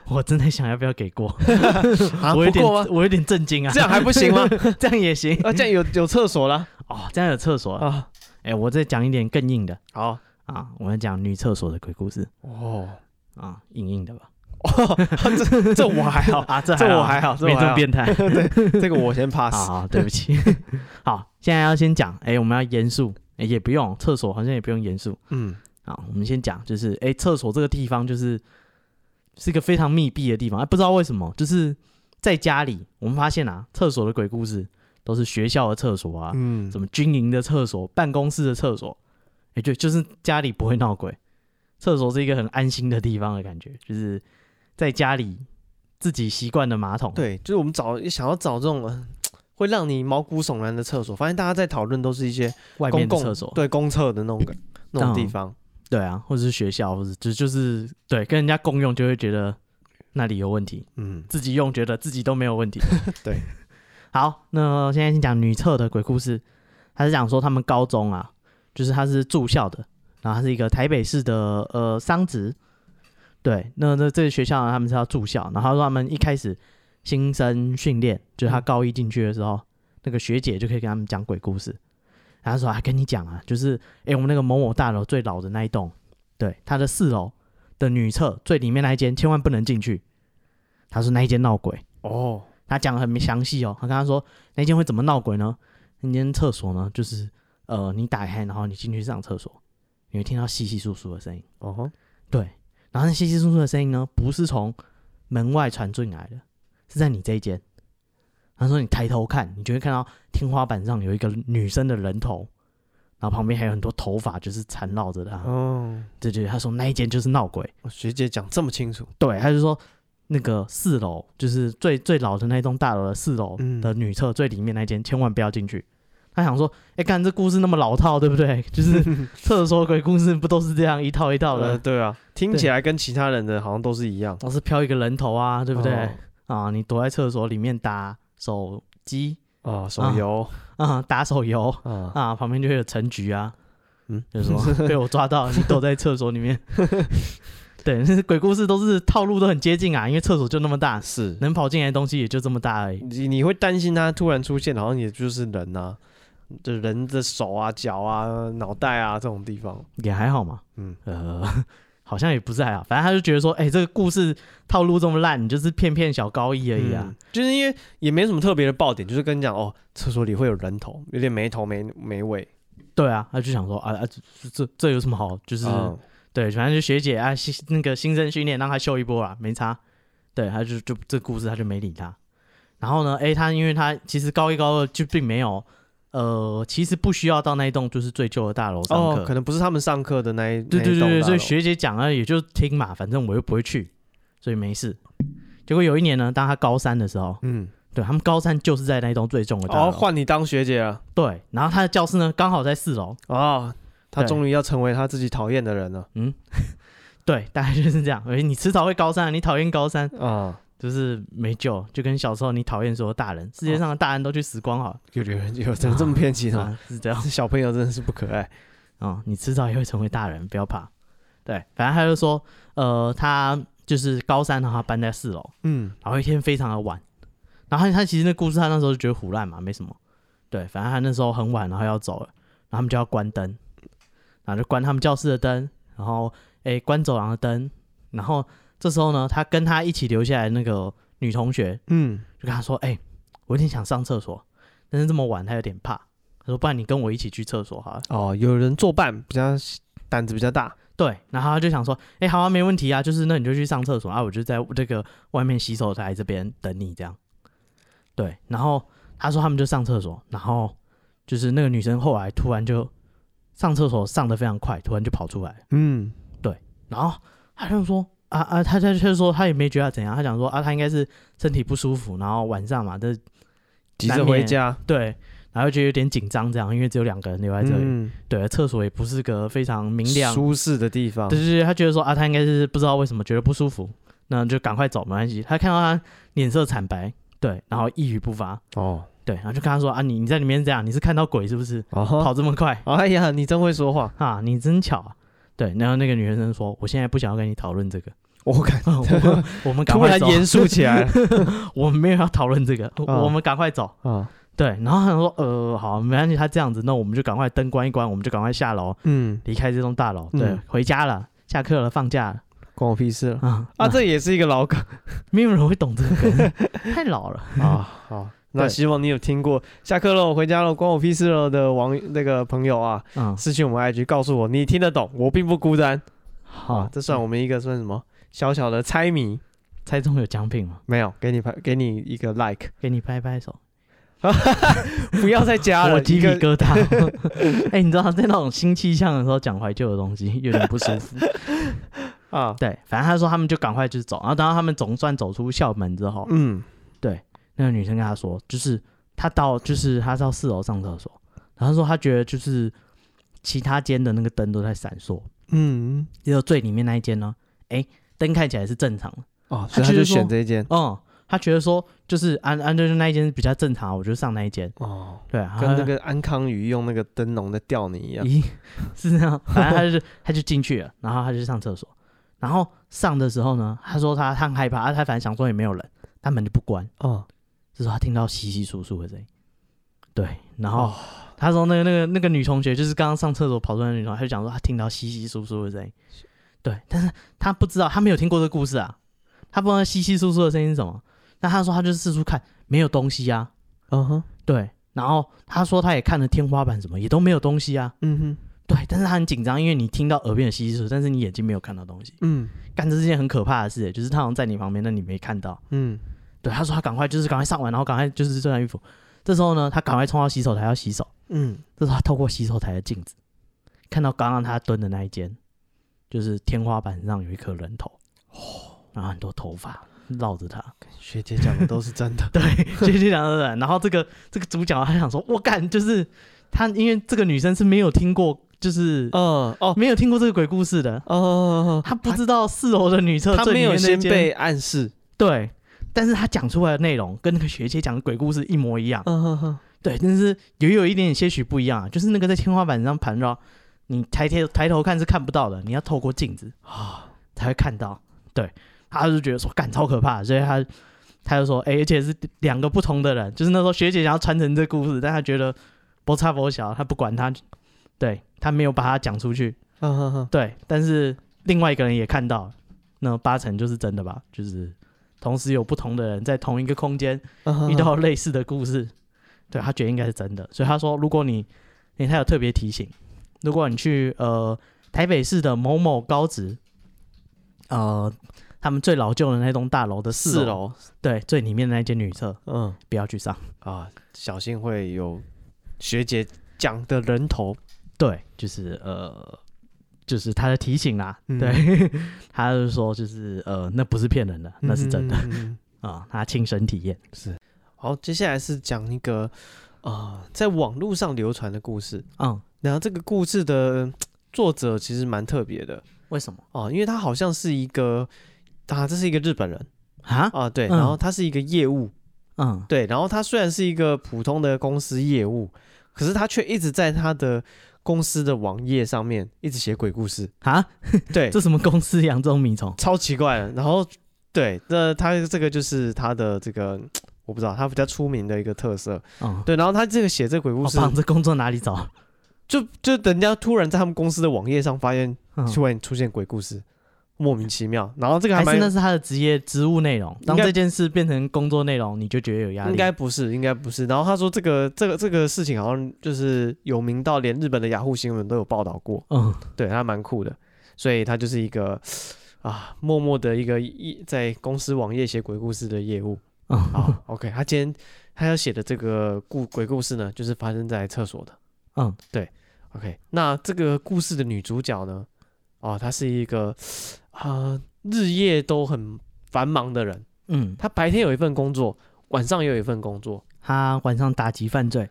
我真的想要不要给过， [LAUGHS] [LAUGHS] 啊，我有不点过吗？我有点震惊啊。这样还不行吗？ [LAUGHS] 这样也行啊，这样有有厕所 [LAUGHS] 啦哦，这样有厕所。哎、啊。我再讲一点更硬的好啊，我们讲女厕所的鬼故事哦， [LAUGHS] 啊，硬硬的吧？这这我还好， [LAUGHS] 啊，这这我好还好，这没我还这么好，[LAUGHS] 变态。这个我先好 pass。好，对不起。 [LAUGHS] 好，现在要先讲，哎、我们要严肃，哎也不用，厕所好像也不用严肃嗯，啊，我们先讲，就是哎，厕所这个地方就是是一个非常密闭的地方，哎，不知道为什么，就是在家里，我们发现啊，厕所的鬼故事都是学校的厕所啊，嗯什么军营的厕所、办公室的厕所，哎、对，就是家里不会闹鬼，厕所是一个很安心的地方的感觉，就是在家里自己习惯的马桶，，对，就是我们找想要找这种呃会让你毛骨悚然的厕所，发现大家在讨论都是一些外公面的共厕所，对公厕的那种那种地嗯方。对啊，或者是学校，或者就就是对跟人家共用就会觉得那里有问题，嗯，自己用觉得自己都没有问题。对，好，那现在先讲女厕的鬼故事，他是讲说他们高中啊，就是他是住校的，然后他是一个台北市的呃商职，对，那那这个学校呢，他们是要住校，然后他说他们一开始新生训练，就是他高一进去的时候，那个学姐就可以跟他们讲鬼故事，然后她说啊，跟你讲啊，就是诶，我们那个某某大楼最老的那一栋，对，它的四楼的女厕最里面那一间千万不能进去。他说那一间闹鬼，哦，他讲的很详细哦。他跟他说那间会怎么闹鬼呢？那间厕所呢，就是呃，你打开然后你进去上厕所，你会听到稀稀疏疏的声音。哦吼，对，然后那稀稀疏疏的声音呢，不是从门外传进来的，是在你这一间。他说你抬头看，你就会看到天花板上有一个女生的人头，然后旁边还有很多头发，就是缠绕着她。哦，对对，对他说那一间就是闹鬼。哦学姐讲这么清楚，对，他就说那个四楼就是最最老的那栋大楼的四楼嗯的女厕最里面那间，千万不要进去。他想说，哎、看这故事那么老套，对不对？ [LAUGHS] 就是 [LAUGHS] 厕所鬼故事不都是这样一套一套呃，的，对啊，听对起来跟其他人的好像都是一样，都是飘一个人头啊，对不对？哦啊，你躲在厕所里面打手机哦，手啊游啊，打手游啊，啊，旁边就会有陈局啊，嗯，就是 [LAUGHS] 说被我抓到，你躲在厕所里面。对，那鬼故事都是套路都很接近啊，因为厕所就那么大，是能跑进来的东西也就这么大而已。你你会担心他突然出现，好像也就是人啊，就人的手啊、脚啊、脑袋啊这种地方。也还好嘛，嗯嗯，呃， [LAUGHS] 好像也不是还好，反正他就觉得说，哎、这个故事套路这么烂，你就是骗骗小高一而已啊嗯，就是因为也没什么特别的爆点，就是跟你讲哦，厕所里会有人头，有点没头没没尾，对啊，他就想说啊啊，这这这有什么好，就是、嗯对，反正就学姐啊，新那个新生训练让他秀一波啊，没差，对，他就就这故事他就没理他，然后呢，哎、他因为他其实高一高二就并没有，呃，其实不需要到那一栋就是最旧的大楼上课，哦，可能不是他们上课的那一对对那一对栋对，大所以楼学姐讲了也就听嘛，反正我又不会去，所以没事。结果有一年呢，当他高三的时候，嗯，对他们高三就是在那一栋最重的大楼，哦，换你当学姐了对，然后他的教室呢刚好在四楼，哦，他对终于要成为他自己讨厌的人了对，大概就是这样。而且你迟早会高三，你讨厌高三啊、就是没救，就跟小时候你讨厌所有大人，世界上的大人都去死光好了，有有人有这这么偏激 [LAUGHS] 吗？啊是这样。这小朋友真的是不可爱，哦，你迟早也会成为大人，不要怕。对，反正他就说，呃，他就是高三，然后他搬在四楼，嗯，然后一天非常的晚，然后他他其实那故事他那时候就觉得胡乱嘛，没什么，对，反正他那时候很晚，然后要走了，然后他们就要关灯，然后就关他们教室的灯，然后诶关走廊的灯，然后这时候呢，他跟他一起留下来的那个女同学嗯，就跟他说，哎、我有点想上厕所，但是这么晚他有点怕，他说不然你跟我一起去厕所好了，哦，有人作伴，比较胆子比较大，对，然后他就想说，哎、好啊，没问题啊，就是那你就去上厕所啊，我就在这个外面洗手台这边等你这样。对，然后他说他们就上厕所，然后就是那个女生后来突然就上厕所上的非常快，突然就跑出来了，嗯，然后他就说啊啊，他他就说他也没觉得她怎样，他想说啊，他应该是身体不舒服，然后晚上嘛，这急着回家，对，然后就有点紧张这样，因为只有两个人留在这里，嗯，对，厕所也不是个非常明亮舒适的地方对，对对，他觉得说啊，他应该是不知道为什么觉得不舒服，那就赶快走，没关系。他看到他脸色惨白，对，然后一语不发，哦，对，然后就跟他说啊，你你在里面这样，你是看到鬼是不是？哦吼，跑这么快哎呀，你真会说话，啊，你真巧啊。对，然后那个女生说，我现在不想要跟你讨 [LAUGHS] 论这个，我感我们我们 [LAUGHS] 赶突快然走，严肃起来我们没有要讨论这个，哦我们赶快走。 [LAUGHS] 啊，对，然后他想说，呃，好，没关系，他这样子，那我们就赶快灯关一关，我们就赶快下楼，嗯，离开这栋大楼，对，嗯回家了，下课了，放假了，关我屁事了啊啊，这也是一个老梗 [LAUGHS] 没有人会懂这个梗，太老了。 [LAUGHS] 啊，好，那对希望你有听过下课了，我回家了，关我屁事了的网那个朋友啊，嗯，私信我们 IG 告诉我你听得懂，我并不孤单。啊好好，，这算我们一个算什么小小的猜谜？猜中有奖品吗？没有，给你拍，给你一个 like，给你拍拍手，不要再加 [LAUGHS] 了。我鸡啊一皮个疙瘩。 [LAUGHS] 哎、你知道在那种新气象的时候讲怀旧的东西有点不舒 [LAUGHS] 服。啊，对，反正他说他们就赶快就是走，然后等到他们总算走出校门之后，嗯，那个女生跟他说，就是他到就是他到四楼上厕所，然后她说他觉得就是其他间的那个灯都在闪烁，嗯，只有最里面那一间呢，哎，灯看起来是正常的。哦，所他以他觉就得说选这一间嗯，他觉得说就是安安就是那一间比较正常，我就上那一间。哦，对，然后跟那她个安康鱼用那个灯笼在吊你一样。咦， [LAUGHS] 是这样，反正他就是他就进去了，然后他就上厕所，然后上的时候呢，他说他他很害怕，他反正想说也没有人，他门就不关，哦，这时候他听到稀稀疏疏的声音，对，然后哦他说那个那个那个女同学就是刚刚上厕所跑出来的女同学，他就讲说啊他听到稀稀疏疏的声音，对，但是他不知道他没有听过这个故事啊，他不知道稀稀疏疏的声音是什么，那他说他就四处看没有东西啊，嗯哼，对，然后他说他也看了天花板什么也都没有东西啊，嗯哼，对，但是他很紧张，因为你听到耳边的稀稀疏，但是你眼睛没有看到东西。嗯干这是件很可怕的事，欸就是他好像在你旁边，但你没看到。嗯，对，他说他赶快就是赶快上完，然后赶快就是穿上衣服。这时候呢，他赶快冲到洗手台要洗手。嗯，这时候他透过洗手台的镜子，看到刚刚他蹲的那一间，就是天花板上有一颗人头，哦，然后很多头发绕着他。学姐讲的都是真的。对，就就讲的然后这个这个主角他想说，我干，就是他因为这个女生是没有听过，就是、嗯， [LAUGHS] 哦没有听过这个鬼故事的。哦哦，他不知道四楼的女厕他最没里面有那先间被暗示。对，但是他讲出来的内容跟那个学姐讲的鬼故事一模一样，嗯哼哼，对，但是也有一点点些许不一样啊，就是那个在天花板上盘绕，你抬头抬头看是看不到的，你要透过镜子啊、才会看到。对，他就觉得说干超可怕，所以他他就说，哎、而且是两个不同的人，就是那时候学姐想要传承这故事，但他觉得不差不小，他不管他，对他没有把它讲出去，嗯哼哼，对，但是另外一个人也看到了，那八成就是真的吧？就是同时有不同的人在同一个空间嗯哼哼遇到类似的故事，对他觉得应该是真的，所以他说，如果你，因为他有特别提醒，如果你去呃台北市的某某高职，呃，他们最老旧的那栋大楼的四四楼，楼，对，最里面的那间女厕，哦嗯不要去上。啊，小心会有学姐讲的人头。对，就是呃，就是他的提醒啦。嗯对，他就说就是呃，那不是骗人的，那是真的啊、嗯。嗯嗯嗯他亲身体验。是。好，接下来是讲一个啊、呃在网络上流传的故事。嗯，然后这个故事的作者其实蛮特别的为什么哦、因为他好像是一个啊，这是一个日本人啊？啊、对，嗯然后他是一个业务，嗯，对，然后他虽然是一个普通的公司业务，可是他却一直在他的公司的网页上面一直写鬼故事，啊，对，这什么公司养这种米虫？超奇怪的。然后对，那他这个就是他的这个我不知道，他比较出名的一个特色。嗯，对，然后他这个写这鬼故好事，棒，这工作哪里找？就就人家突然在他们公司的网页上发现嗯，突然出现鬼故事，莫名其妙。然后这个还还蛮是那是他的职业职务内容。当应该这件事变成工作内容，你就觉得有压力。应该不是，应该不是。然后他说这个这个这个事情好像就是有名到连日本的雅虎新闻都有报道过，嗯，对他蛮酷的，所以他就是一个啊默默的一个一在公司网页写鬼故事的业务。嗯好，OK，他今天他要写的这个故鬼故事呢，就是发生在厕所的。 [LAUGHS] 嗯， OK，那这个故事的女主角呢？哦，她是一个呃日夜都很繁忙的人。嗯，她白天有一份工作，晚上也有一份工作。他晚上打击犯罪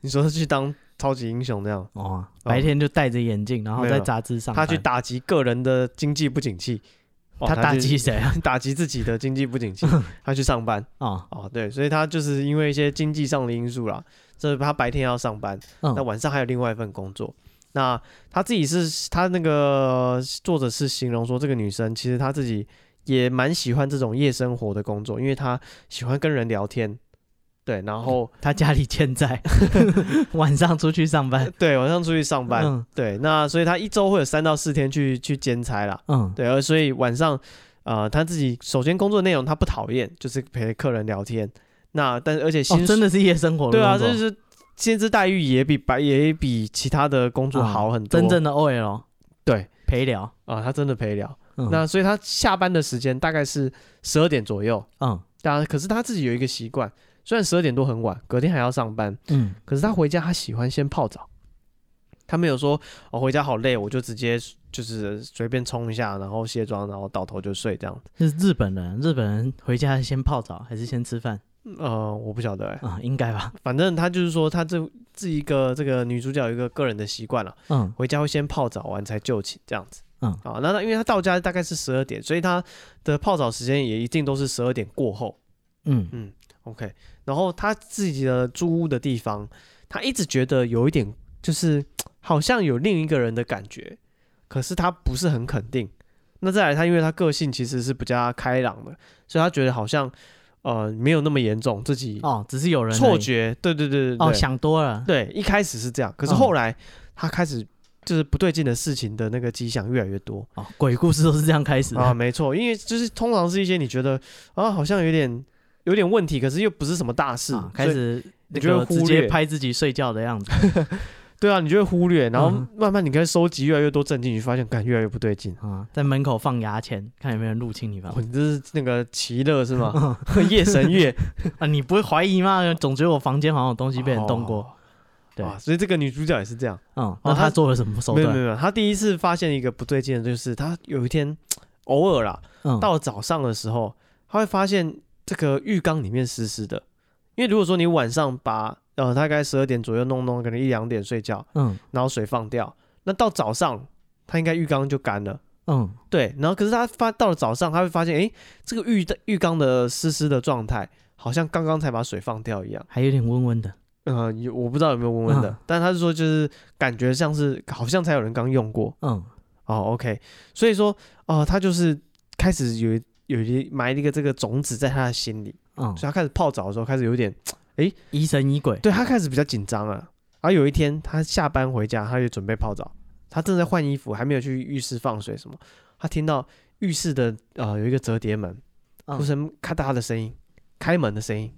你说她去当超级英雄那样，哦，白天就戴着眼镜，然后没有在杂志上她班。去打击个人的经济不景气。哦他打去击谁 [LAUGHS] 啊？打击自己的经济不景气，嗯她去上班。哦，哦，对，所以她就是因为一些经济上的因素啦，所以她白天要上班，那嗯晚上还有另外一份工作。那她自己是她那个作者是形容说，这个女生其实她自己也蛮喜欢这种夜生活的工作，因为她喜欢跟人聊天。对，然 [LAUGHS] 后他家里 [LAUGHS] 欠债，晚上出去上班。对晚上出去上班，嗯对，那所以她一周会有三到四天去去兼差啦。嗯，对，而所以晚上，呃，她自己首先工作内容她不讨厌，就是陪客人聊天，那但是而且薪哦，水、真的是夜生活的对啊，工作就是薪资待遇也比白也比其他的工作好很多，啊真正的 OL 对陪聊。啊，他真的陪聊。嗯那所以他下班的时间大概是十二点左右，嗯当然可是他自己有一个习惯，虽然十二点多很晚，隔天还要上班，嗯可是他回家他喜欢先泡澡，他没有说哦回家好累，我就直接就是随便冲一下，然后卸妆，然后倒头就睡这样。是日本人，日本人回家先泡澡还是先吃饭呃，我不晓得哎、啊、应该吧。反正他就是说他这这一个这个女主角有一个个人的习惯了，嗯回家会先泡澡完才就寝这样子。嗯啊，那那因为他到家大概是十二点，所以他的泡澡时间也一定都是十二点过后。嗯嗯，OK。然后他自己的租屋的地方，他一直觉得有一点就是好像有另一个人的感觉，可是他不是很肯定。那再来，他因为他个性其实是比较开朗的，所以他觉得好像呃没有那么严重，自己哦，只是有人而已错觉，对对对对对，哦，想多了。对，一开始是这样，可是嗯后来他开始就是不对劲的事情的那个迹象越来越多哦，鬼故事都是这样开始的。啊，没错，因为就是通常是一些你觉得啊好像有点有点问题，可是又不是什么大事啊，开所以始你那就会个忽直接略拍自己睡觉的样子对啊，你就会忽略，然后嗯慢慢你开始收集越来越多证据，你发现感越来越不对劲。啊，在门口放牙签，看有没有人入侵你吧哦，。你这是那个奇乐是吗？嗯夜神 [LAUGHS] 月啊，你不会怀疑吗？总觉得我房间好像有东西被人动过。哦对啊，所以这个女主角也是这样。嗯，哦那他他做了什么手没有没段？有没有，她第一次发现一个不对劲的就是，她有一天偶尔啦，嗯，到早上的时候，他会发现这个浴缸里面湿湿的，因为如果说你晚上把呃大概十二点左右弄弄，可能一两点睡觉，嗯然后水放掉，那到早上他应该浴缸就干了。嗯对，然后可是他发到了早上，他会发现，诶，这个浴的浴缸的湿湿的状态，好像刚刚才把水放掉一样。还有点温温的。呃，有我不知道有没有温温的，嗯但他是说就是感觉像是好像才有人刚用过，嗯哦，OK，所以说，哦、他就是开始有一有一埋了一个这个种子在他的心里，嗯所以，他开始泡澡的时候开始有点，疑神疑鬼。对他开始比较紧张了。而有一天他下班回家，他就准备泡澡，他正在换衣服，还没有去浴室放水什么，他听到浴室的呃有一个折叠门嗯出声咔嗒的声音，开门的声音。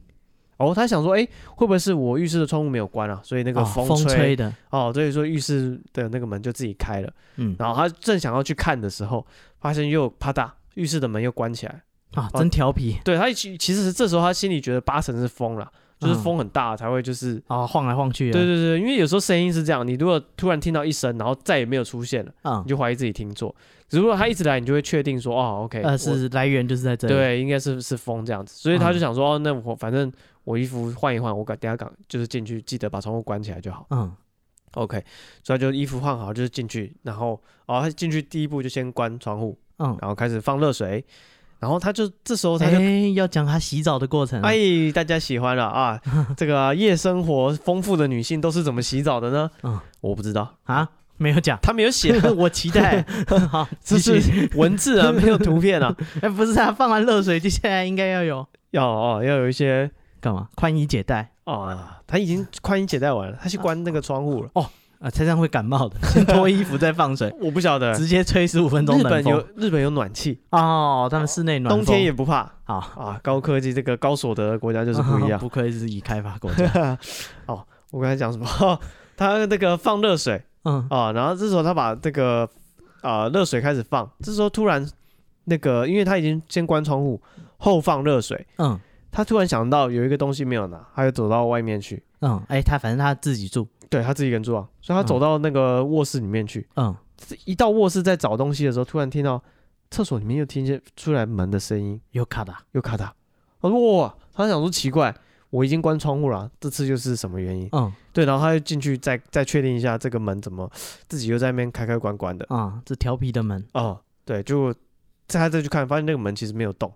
哦，他想说，哎、会不会是我浴室的窗户没有关啊？所以那个哦风风吹，的。哦，所以说浴室的那个门就自己开了。嗯然后他正想要去看的时候，发现又啪嗒，浴室的门又关起来。啊，真调皮对他其其实这时候他心里觉得八成是风了，就是嗯风很大才会就是，啊，晃来晃去的。对对对，因为有时候声音是这样，你如果突然听到一声，然后再也没有出现了，嗯你，就怀疑自己听错。如果他一直来，你就会确定说，哦，OK，呃，我是嗯来源就是在这里。，对，应该是是风这样子，所以他就想说，哦，那我反正我衣服换一换，我赶等下赶就是进去，记得把窗户关起来就好。嗯 OK，所以他就衣服换好就是进去，然后哦，他进去第一步就先关窗户，嗯。然后开始放热水，然后他就这时候他就哎，要讲他洗澡的过程啊。哎，大家喜欢了啊！这个夜生活丰富的女性都是怎么洗澡的呢？嗯我不知道，啊，没有讲。他没有写 [LAUGHS] 啊 [LAUGHS] 我期待。 [LAUGHS] 好，这继续。是文字啊，没有图片啊。 [LAUGHS] 哎，不是啊，放完热水，接下来应该要有要哦，要有一些干嘛？宽衣解带哦，他已经宽衣解带完了，他去关那个窗户了。啊，才这样会感冒的。 [LAUGHS] 先脱衣服再 [LAUGHS] 放水，我不晓得，直接吹十五分钟日冷本风有日本有暖气，哦，他们室内暖冬风天也不怕好，啊。高科技这个高所得的国家就是不一样。[LAUGHS] [LAUGHS] 不愧是已开发国家。哦，我刚才讲什么？ [LAUGHS] 他那个放热水， [LAUGHS] [LAUGHS] 嗯啊、然后这时候他把这个啊热、水开始放，这时候突然那个，因为他已经先关窗户，后放热水，嗯他突然想到有一个东西没有拿，他就走到外面去，嗯，哎、他反正他自己住。对他自己一个人住啊，所以他走到那个卧室里面去，嗯这一到卧室在找东西的时候，突然听到厕所里面又听见出来门的声音，有卡的啊，又咔嗒，他说哇，他想说奇怪。我已经关窗户了啊、这次又是什么原因？嗯对，然后他就进去再再确定一下这个门怎么自己又在那边开开关关的。啊、这调皮的门，哦，对，就在他再去看，发现那个门其实没有动，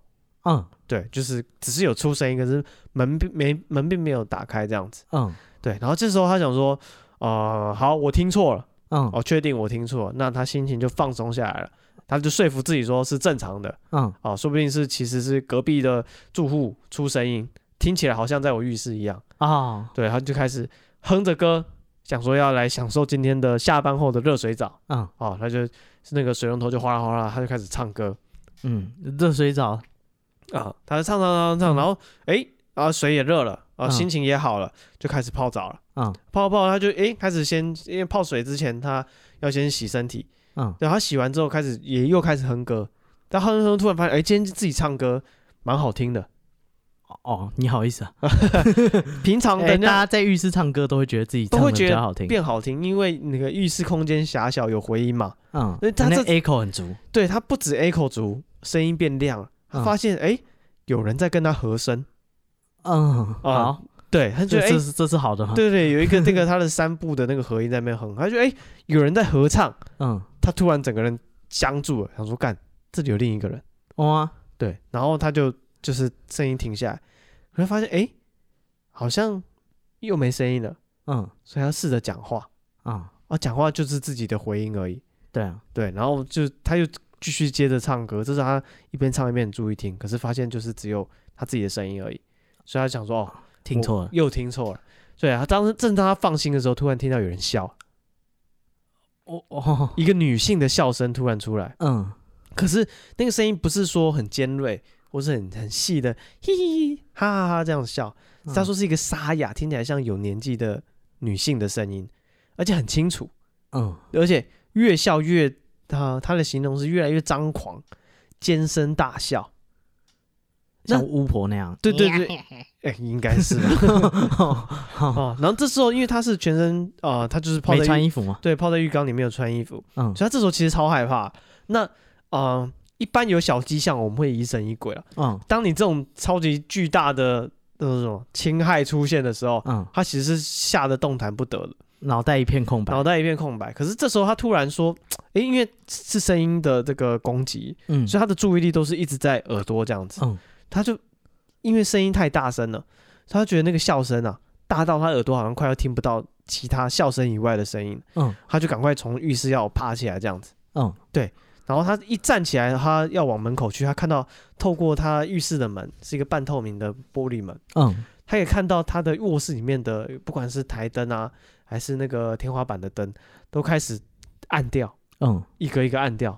嗯对，就是只是有出声音，可是门并没门并没有打开这样子。嗯对，然后这时候他想说，呃，好，我听错了，嗯哦，确定我听错了，那他心情就放松下来了，他就说服自己说是正常的，嗯哦，说不定是其实是隔壁的住户出声音，听起来好像在我浴室一样。哦对，他就开始哼着歌，想说要来享受今天的下班后的热水澡。嗯哦，他就是那个水龙头就哗啦哗啦，他就开始唱歌。嗯，热水澡啊，他唱唱唱唱，然后哎、然后水也热了，啊，嗯心情也好了，就开始泡澡了。嗯泡泡他就诶、开始先，因为泡水之前他要先洗身体，嗯然后他洗完之后开始也又开始哼歌，但哼哼突然发现，诶、今天自己唱歌蛮好听的。哦，你好意思啊？平常哎，人大家家在浴室唱歌都会觉得自己都唱会的觉比得较好听，变好听，因为那个浴室空间狭小有回音嘛，嗯，那他那这 echo 很足，对他不止 echo 足，声音变亮了，他嗯发现诶、有人在跟他和声，嗯，啊好，对，他就这诶。这是这是好的吗？，对对，有一个这个他的三部的那个合音在那边哼，他就哎、有人在合唱，嗯，他突然整个人僵住了，想说干这里有另一个人，哇、啊，对，然后他就就是声音停下来，可是发现哎、好像又没声音了，嗯所以他试着讲话，啊，啊讲话就是自己的回音而已，对啊，对，然后就他又继续接着唱歌，这是他一边唱一边很注意听，可是发现就是只有他自己的声音而已，所以他想说哦听错我了，又听错了，对啊，他当时正当他放心的时候，突然听到有人笑。哦哦，一个女性的笑声突然出来， [LAUGHS] 嗯，可是那个声音不是说很尖锐，或是很很细的，嘿嘿嘿，哈哈哈这样笑。嗯他说是一个沙哑，听起来像有年纪的女性的声音，而且很清楚，嗯而且越笑越他他的形容是越来越张狂，尖声大 [LAUGHS] 笑。那像巫婆那样，对对对， [LAUGHS] 哎、应该是吧 [LAUGHS] 哦。然后这时候，因为他是全身啊、呃他就是泡没在穿浴衣服吗？对泡在浴缸里没有穿衣服，嗯所以他这时候其实超害怕。那嗯、呃一般有小迹象，我们会疑神疑鬼啊了。嗯当你这种超级巨大的那种什么侵害出现的时候，嗯，他其实是吓得动弹不得的，脑袋一片空白脑，袋一片空白。可是这时候他突然说：“诶，因为是声音的这个攻击，嗯所以他的注意力都是一直在耳朵这样子。嗯他就因为声音太大声了，所以他觉得那个笑声啊，大到他耳朵好像快要听不到其他笑声以外的声音。嗯，他就赶快从浴室要爬起来这样子。嗯然后他一站起来，他要往门口去，他看到透过他浴室的门是一个半透明的玻璃门，嗯他也看到他的卧室里面的不管是台灯啊，还是那个天花板的灯，都开始暗掉，嗯，一个一个暗掉，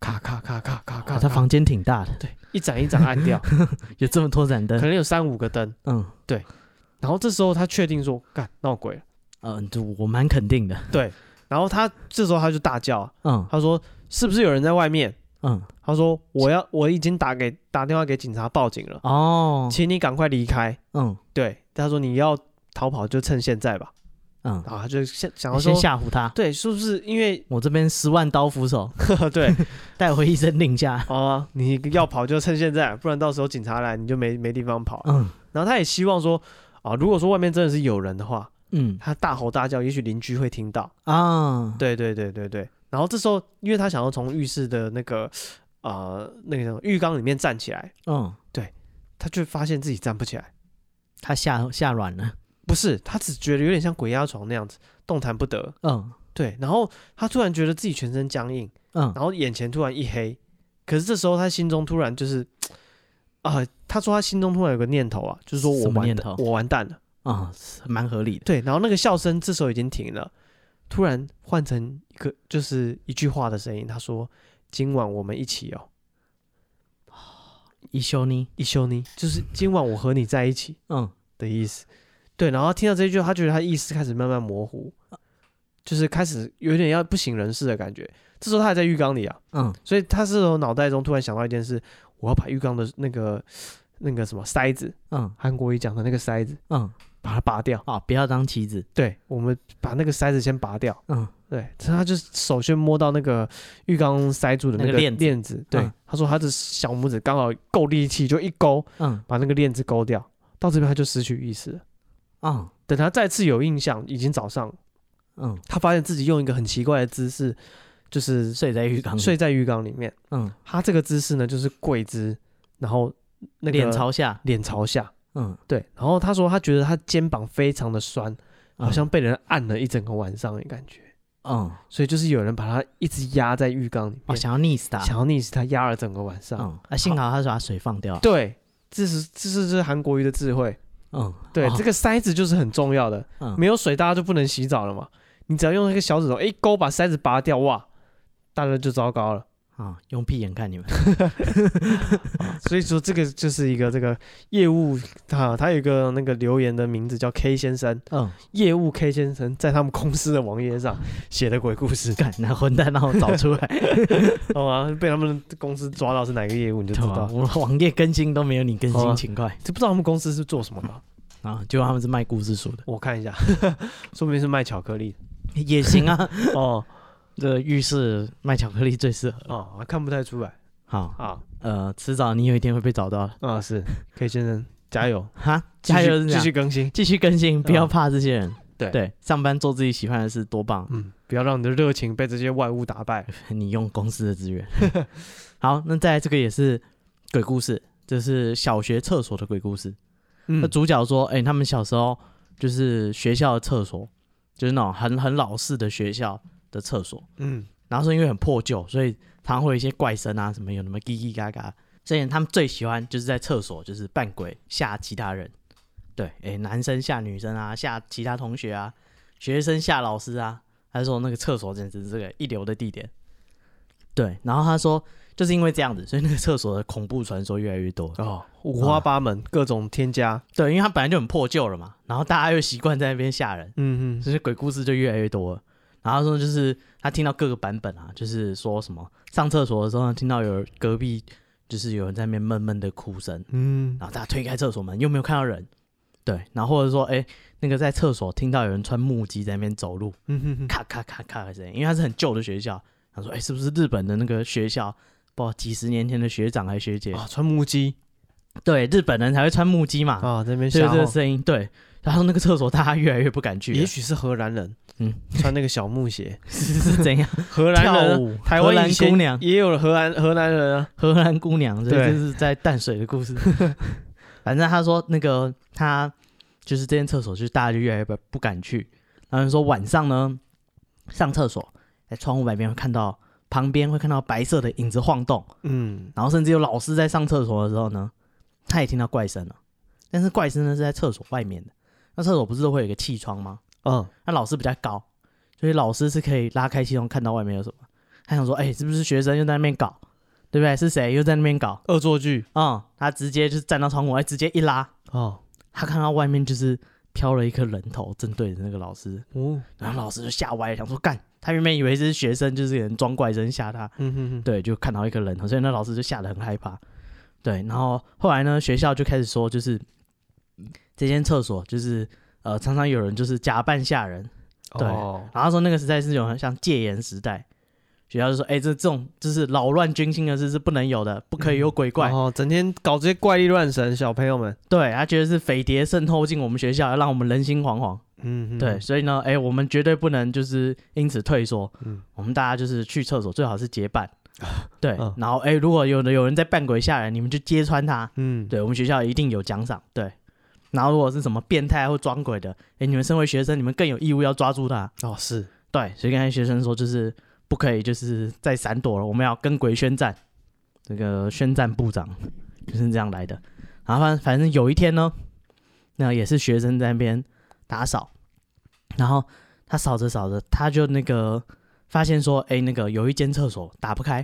咔咔咔咔咔咔，哇哦他房间嗯挺大的，啊对一盏一盏暗 [LAUGHS] 掉，有这么多盏可灯，能有三五个灯。嗯然后这时候他确定说，干闹鬼了，嗯，这我蛮肯定的，对。然后他这时候他就大叫，啊嗯他说是不是有人在外面？嗯他说我要我已经打给打电话给警察报警了。哦，请你赶快离开。嗯对，他说你要逃跑就趁现在吧。嗯，然后他就想想要你先说，吓唬他，对，是不是因 [LAUGHS] 为我这边十万刀斧手， [LAUGHS] 对带回一声 [LAUGHS] 令下，哦，你要跑就趁现在，不然到时候警察来你就没没地方跑。嗯然后他也希望说，啊，如果说外面真的是有人的话，嗯他大吼大叫，也许邻居会听到。啊，对对对对对。然后这时候，因为他想要从浴室的那个呃那个什么浴缸里面站起来，嗯，他却发现自己站不起来。他吓吓软了，不是，他只觉得有点像鬼压床那样子，动弹不得。嗯对，然后他突然觉得自己全身僵硬，嗯然后眼前突然一黑。可是这时候他心中突然就是，啊、他说他心中突然有个念头啊，就是说我什么完念蛋，头我完蛋了。啊，是蛮合理的，对，然后那个笑声这时候已经停了，突然换成一个就是一句话的声音，他说：“今晚我们一起哦，一休呢，一休呢，就是今晚我和你在一起嗯的意思。”对，然后听到这一句，他觉得他意识开始慢慢模糊，就是开始有点要不省人事的感觉。这时候他还在浴缸里啊，嗯所以他是从脑袋中突然想到一件事，我要把浴缸的那个那个什么塞子，嗯韩国语讲的那个塞子，嗯，把它拔掉。啊，不要当棋子，对，我们把那个塞子先拔掉。嗯对，他就首先摸到那个浴缸塞住的那个个链子链子，对，嗯他说他的小拇指刚好够力气，就一勾，嗯把那个链子勾掉。到这边他就失去意识了。啊等他再次有印象，已经早上了，嗯，他发现自己用一个很奇怪的姿势，就是睡在浴缸里，睡在浴缸里面。嗯，他这个姿势呢，就是跪姿，然后那个脸朝下，脸朝下，嗯，对。然后他说他觉得他肩膀非常的酸，嗯好像被人按了一整个晚上的感觉，嗯，所以就是有人把他一直压在浴缸里哦，面，想要溺死他，想要溺死他，压了整个晚上。嗯，啊，幸好他是把水放掉，对，这是这是这是韩国瑜的智慧。嗯，对，哦这个塞子就是很重要的，嗯没有水大家就不能洗澡了嘛。你只要用那个小指头一勾把塞子拔掉，哇，大家就糟糕了。啊，用屁眼看你们。所以说这个就是一个这个业务啊，他有一个那个留言的名字叫 K 先生，嗯，业务 K 先生在他们公司的网页上 [LAUGHS] 写的鬼故事，干那混蛋让我找出 [LAUGHS] 来，好吗？被他们公司抓到是哪个业务你就知对啊吧？ [LAUGHS] 道，我网页更新都没有你更好啊新勤快就不知道他们公司是做什么 [LAUGHS] 的，啊，就他们是卖故事 [LAUGHS] 书的，我看一下，说不定是卖巧克力的也行啊。哦 [LAUGHS] 这浴室卖巧克力最适合。哦，看不太出来好，啊呃，迟早你有一天会被找到的。啊是 K 先生加油，哈， [LAUGHS] 加油！继续继续，更新，继续更新，不要怕这些人。对对，上班做自己喜欢的事多棒！嗯，不要让你的热情被这些外物打败，你用公司的资源。 [LAUGHS] 好，那再来这个也是鬼故事，这是小学厕所的鬼故事。那嗯主角说，哎、他们小时候就是学校的厕所，就是那种很很老式的学校的厕所。嗯然后是因为很破旧，所以常常会有一些怪声啊，什么有什么叽叽嘎嘎。所以他们最喜欢就是在厕所就是扮鬼吓其他人，对，诶，男生吓女生啊，吓其他同学啊，学生吓老师啊。他说那个厕所简直是个一流的地点，对。然后他说就是因为这样子，所以那个厕所的恐怖传说越来越多。哦五花八门各种添加，对，因为它本来就很破旧了嘛，然后大家又习惯在那边吓人，嗯嗯就是鬼故事就越来越多了。然后他说就是他听到各个版本啊，就是说什么上厕所的时候听到有隔壁就是有人在那边闷闷的哭声，嗯然后大家推开厕所门又没有看到人，对，然后或者说哎那个在厕所听到有人穿木屐在那边走路，嗯嗯咔咔咔咔的声音，因为它是很旧的学校，他说哎是不是日本的那个学校？不知道几十年前的学长还学姐，嗯啊穿木屐对，日本人才会穿木屐嘛，啊在那边所以吓这个唬。声音，对。然后那个厕所大家越来越不敢去了，也许是荷兰人，嗯。穿那个小木鞋是是怎样？ [LAUGHS] 荷兰跳人舞啊，台荷湾兰以前姑娘也有荷兰荷兰人啊。荷兰姑娘，这对就是在淡水的故事。 [LAUGHS] 反正他说那个他就是这间厕所，就是大家就越来越不不敢去。然后说晚上呢上厕所，在窗户外面会看到旁边会看到白色的影子晃动，嗯，然后甚至有老师在上厕所的时候呢，他也听到怪声了，但是怪声呢是在厕所外面的。那厕所不是都会有一个气窗吗？嗯，那老师比较高，所以老师是可以拉开系统看到外面有什么。他想说，哎、是不是学生又在那边搞，对不对？是谁又在那边搞？恶作剧嗯，他直接就是站到窗户，哎，直接一拉，哦，他看到外面就是飘了一颗人头，正对着那个老师，哦，然后老师就吓歪了，想说干，他原本以为是学生，就是有人装怪声吓他，嗯哼哼，对，就看到一个人头，所以那老师就吓得很害怕。对，然后后来呢，学校就开始说，就是这间厕所就是呃，常常有人就是假扮吓人，对哦然后他说那个时代是有点像戒严时代，学校就说，哎、这这种就是扰乱军心的事是不能有的，不可以有鬼怪。哦，整天搞这些怪力乱神，小朋友们，对他觉得是匪谍渗透进我们学校，要让我们人心惶惶。嗯，哼对，，所以呢，哎、我们绝对不能就是因此退缩。嗯我们大家就是去厕所最好是结伴。对，嗯然后哎、如果有的有人在扮鬼吓人，你们就揭穿他。嗯，对我们学校一定有奖赏。对，然后如果是什么变态或装鬼的，哎、你们身为学生，你们更有义务要抓住他。哦是，对，所以刚才学生说就是不可以，就是再闪躲了，我们要跟鬼宣战。这个宣战部长就是这样来的。然后反反正有一天呢，那也是学生在那边打扫，然后他扫着扫着，他就那个发现说，哎，那个有一间厕所打不开，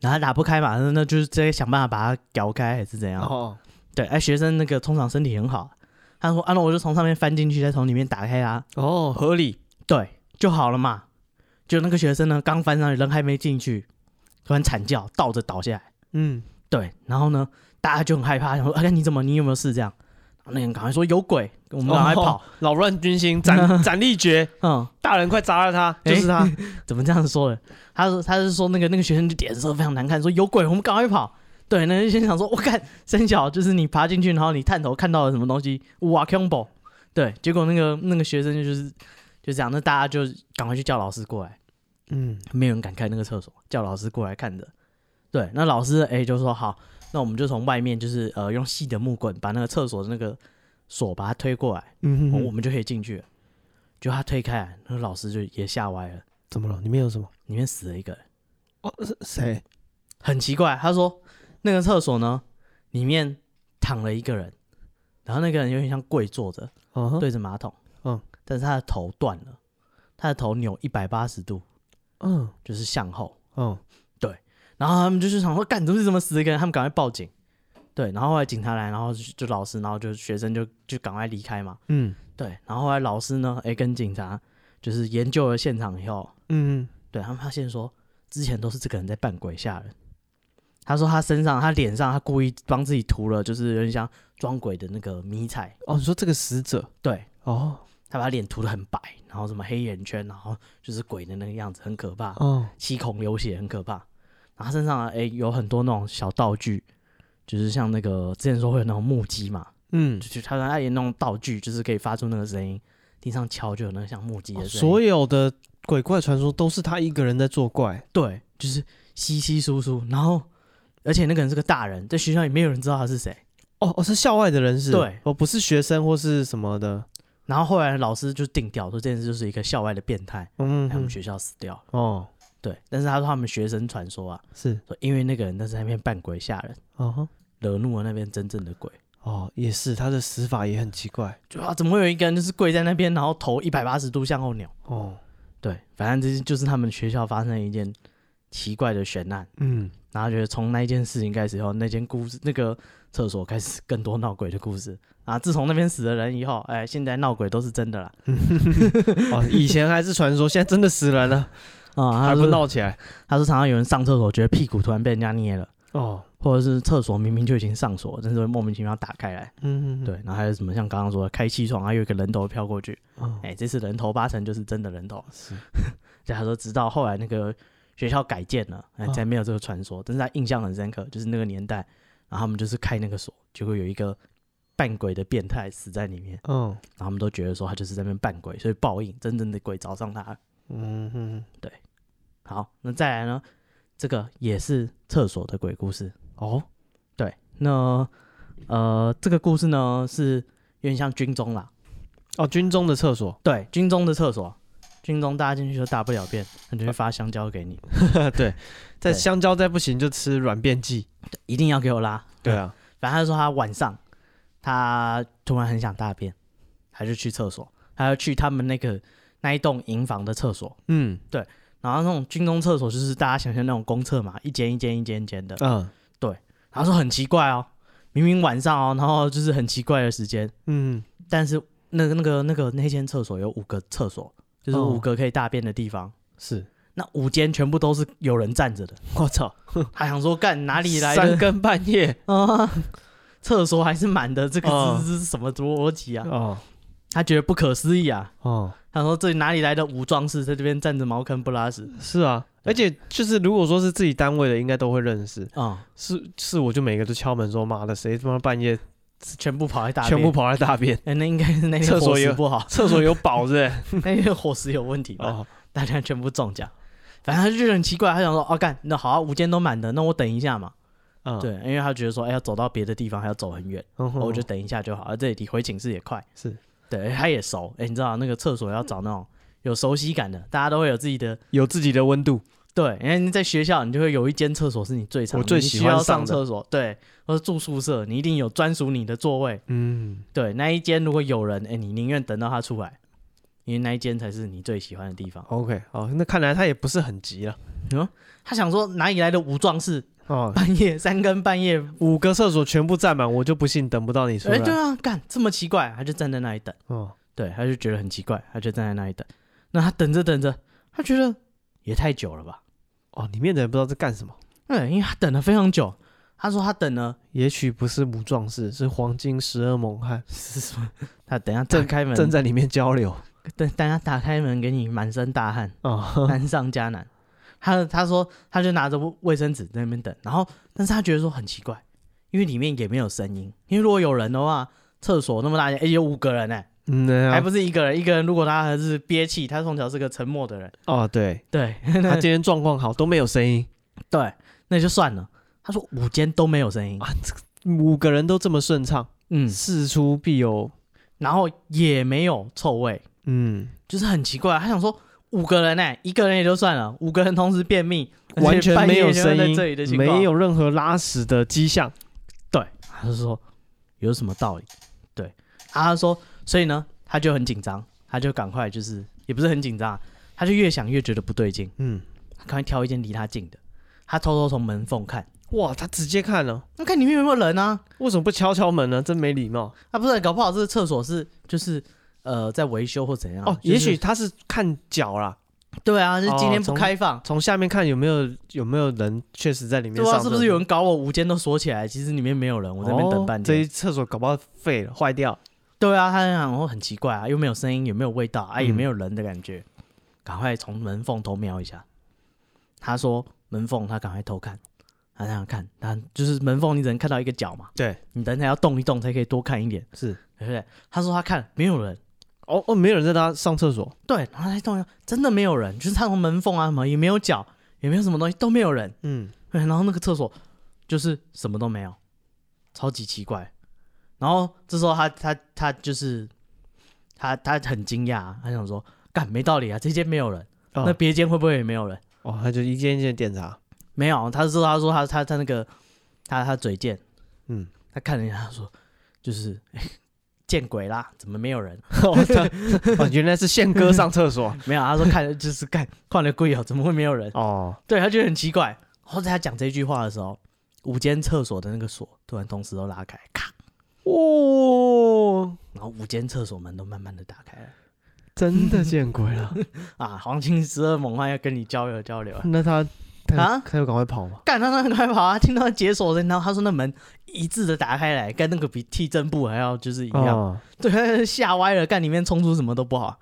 然后他打不开嘛，那那就是直接想办法把它搞开还是怎样？哦，对，哎，学生那个通常身体很好，他说，啊，那我就从上面翻进去，再从里面打开啊。哦合理，对，就好了嘛。就那个学生呢，刚翻上去，人还没进去，突然惨叫，倒着倒下来。嗯，对，然后呢，大家就很害怕，想说：“哎、你怎么？你有没有事？”这样，然后那个人赶快说：“有鬼！”我我们赶快跑。，扰哦乱军心， [LAUGHS] 斩斩立决，大人快砸了他，哦就是他，嗯， [LAUGHS] 怎么这样说的？他说：“他是说那个那个学生就脸色非常难看，说有鬼，我们赶快跑。”对，那就先想说：“我看真小，就是你爬进去，然后你探头看到了什么东西，哇，combo。”对，结果那个那个学生就是就这样，那大家就赶快去叫老师过来。嗯，没有人敢开那个厕所，叫老师过来看着。对，那老师哎、就说好，那我们就从外面就是呃用细的木棍把那个厕所的那个锁把它推过来，嗯我我们就可以进去了。就他推开来，那个老师就也吓歪了，怎么了？里面有什么？里面死了一个人，哦，是谁？很奇怪。他说那个厕所呢里面躺了一个人，然后那个人有点像跪坐着，哦，，对着马桶，嗯，但是他的头断了，他的头扭一百八十度，嗯，就是向后。哦，然后他们就是想说，干，你怎么是这么死的一个人？他们赶快报警。对，然后后来警察来，然后就就老师，然后就学生就就赶快离开嘛。嗯对，然后后来老师呢，哎，跟警察就是研究了现场以后，嗯对他们发现说，之前都是这个人在扮鬼吓人。他说他身上、他脸上，他故意帮自己涂了，就是有点像装鬼的那个迷彩。哦，你说这个死者对哦他把脸涂的很白，然后什么黑眼圈，然后就是鬼的那个样子，很可怕，哦七孔流血，很可怕。然后他身上啊哎、有很多那种小道具，就是像那个之前说会有那种木屐嘛，嗯就，是他哎他也弄道具，就是可以发出那个声音，地上敲就有那个像木屐的哦声音。所以有的鬼怪传说都是他一个人在作怪，对，就是稀稀疏疏，然后而且那个人是个大人，在学校也没有人知道他是谁。哦哦，是校外的人士，对哦，不是学生或是什么的，然后后来老师就定调说这件事就是一个校外的变态，嗯，他们学校死掉了。哦对，但是他说他们学生传说啊，是说因为那个人在那边扮鬼吓人，哦哼惹怒了那边真正的鬼。哦也是，他的死法也很奇怪就啊，怎么会有一个人就是跪在那边，然后头一百八十度向后扭？哦，对，反正这就是他们学校发生了一件奇怪的悬案。嗯然后觉得从那一件事情开始以后，那间故事那个厕所开始更多闹鬼的故事啊。自从那边死了人以后，哎，现在闹鬼都是真的啦。哦，以前还是传说，现在真的死人了，啊、还他不说闹起来他说常常有人上厕所觉得屁股突然被人家捏了，哦，或者是厕所明明就已经上锁，但是会莫名其妙打开来。嗯对，，然后还有什么像刚刚说的开气窗，还有一个人头飘过去，哦哎，这次人头八成就是真的人头。 [LAUGHS] 是对，他说直到后来那个学校改建了，哎，哦才没有这个传说。但是他印象很深刻，就是那个年代，然后他们就是开那个锁，结果有一个扮鬼的变态死在里面，哦然后他们都觉得说他就是在那边扮鬼，所以报应，真正的鬼找上他了。嗯嗯好，那再来呢，这个也是厕所的鬼故事。哦对，那呃，这个故事呢是有点像军中啦，哦，军中的厕所，对，军中的厕所，军中大家进去都大不了便，他就会发香蕉给你， [LAUGHS] 对，在对香蕉再不行就吃软便剂，一定要给我拉。对啊，反正他说他晚上他突然很想大便，他就去厕所，他就去他们那个那一栋营房的厕所，嗯然后那种军中厕所就是大家想象那种公厕嘛，一间一间一间一间的。嗯然后说很奇怪哦，明明晚上哦，然后就是很奇怪的时间，嗯但是那个那个那个那间厕所有五个厕所，就是哦五个可以大便的地方。是，那五间全部都是有人站着的， [LAUGHS] 我操，他想说干哪里来三的更半夜啊？厕所还是满的，这个哦这这是什么逻辑啊？ [LAUGHS] 哦他觉得不可思议啊！哦，他说：“这里哪里来的武装士在这边站着茅坑不拉屎是啊，而且就是如果说是自己单位的，应该都会认识，啊、是是，我就每个都敲门说，妈的，谁他妈半夜全部跑来大便全部。跑来大 [LAUGHS] 便，哎、那应该是那天厕所伙食有不 [LAUGHS] 好，厕所有宝是不是？那天伙食有问题吧？ [LAUGHS] 哦，大家全部中奖。反正他就觉得很奇怪，他想说：‘哦，干，那好啊，五间都满的，那我等一下嘛。嗯，对，因为他觉得说：‘哎、要走到别的地方还要走很远，嗯哼，我就等一下就好。’啊而这里回寝室也快，是对，他也熟。哎、你知道那个厕所要找那种有熟悉感的，大家都会有自己的有自己的温度，对，因为你在学校，你就会有一间厕所是你最常我最你喜需欢要上上的厕所，对，或者住宿舍，你一定有专属你的座位。嗯，对，那一间如果有人，哎、你宁愿等到他出来，因为那一间才是你最喜欢的地方。 OK，好，那看来他也不是很急了。他想说哪里来的武壮士，哦，半夜三更半夜，五个厕所全部占满，我就不信等不到你出哎、来。对啊，干这么奇怪，他就站在那里等，哦，对，他就觉得很奇怪，他就站在那里等。那他等着等着，他觉得也太久了吧？哦，里面的人不知道在干什么，对，因为他等了非常久。他说他等了，也许不是武壮士，是黄金十二猛汉是什么？他等一下打开门，正在里面交流。等等他打开门给你满身大汗，哦，难上加难。他他说他就拿着卫卫生纸在那边等，然后但是他觉得说很奇怪，因为里面也没有声音，因为如果有人的话，厕所那么大间，哎、有五个人哎、 [LAUGHS] 嗯，对还啊不是一个人，一个人如果他还是憋气，他从小是个沉默的人，哦， [LAUGHS] 对，对他今天状况好，都没有声音对，那就算了。他说五间都没有声音，啊，这个五个人都这么顺畅，嗯，事出必有，然后也没有臭味，嗯，就是很奇怪。他想说五个人哎、一个人也就算了，五个人同时便秘，而且完全半夜没有就声在音这里的，情况没有任何拉屎的迹象。他就说有什么道理？对，啊他说，所以呢，他就很紧张，他就赶快就是也不是很紧张啊，他就越想越觉得不对劲，嗯，他赶快挑一间离他近的。他偷偷从门缝看，哇，他直接看了，那看里面有没有人啊？为什么不敲敲门呢？真没礼貌啊，不是，搞不好这个厕所是就是呃在维修或怎样哦。就是也许他是看脚啦，对啊，就是今天哦不从开放。从下面看有没有有没有人确实在里面对啊，上，哦是不是有人搞我？午间都锁起来，其实里面没有人，我在那边等半哦这天。一厕所搞不好废了，坏掉。对啊，他然后很奇怪啊，又没有声音，也没有味道，啊，嗯也没有人的感觉，赶快从门缝偷瞄一下。他说门缝，他赶快偷看，他这样看，他就是门缝，你只能看到一个角嘛，对，你等一下要动一动才可以多看一点，是对不对？他说他看没有人，哦哦，没有人在他上厕所，对，然后他动一动，真的没有人，就是他从门缝啊什么也没有脚，也没有什么东西都没有人，嗯，对，哎然后那个厕所就是什么都没有，超级奇怪。然后这时候他他他就是他他很惊讶，啊他想说，干没道理啊，这间没有人，哦那别间会不会也没有人？哦，他就一件一件检查，没有，他说他说他他他那个他他嘴贱，嗯，他看了一下，他说就是、 [LAUGHS] 见鬼啦，怎么没有人？ [LAUGHS] 哦，他哦原来是宪哥上厕所，没有，他说看就是干换了贵哦，怎么会没有 [LAUGHS] 人？哦，对，他觉得很奇怪。然后在他讲这句话的时候，五间厕所的那个锁突然同时都拉开，咔，哦，然后五间厕所门都慢慢的打开了真的见鬼 [LAUGHS] 了，啊！黄金十二猛汉要跟你交流交流了。那他他啊他就赶快跑嘛，干他那快跑啊！听到解锁声，然后他说那门一致的打开来，干那个比替正步还要就是一样，哦，对，他吓歪了，干里面冲出什么都不好。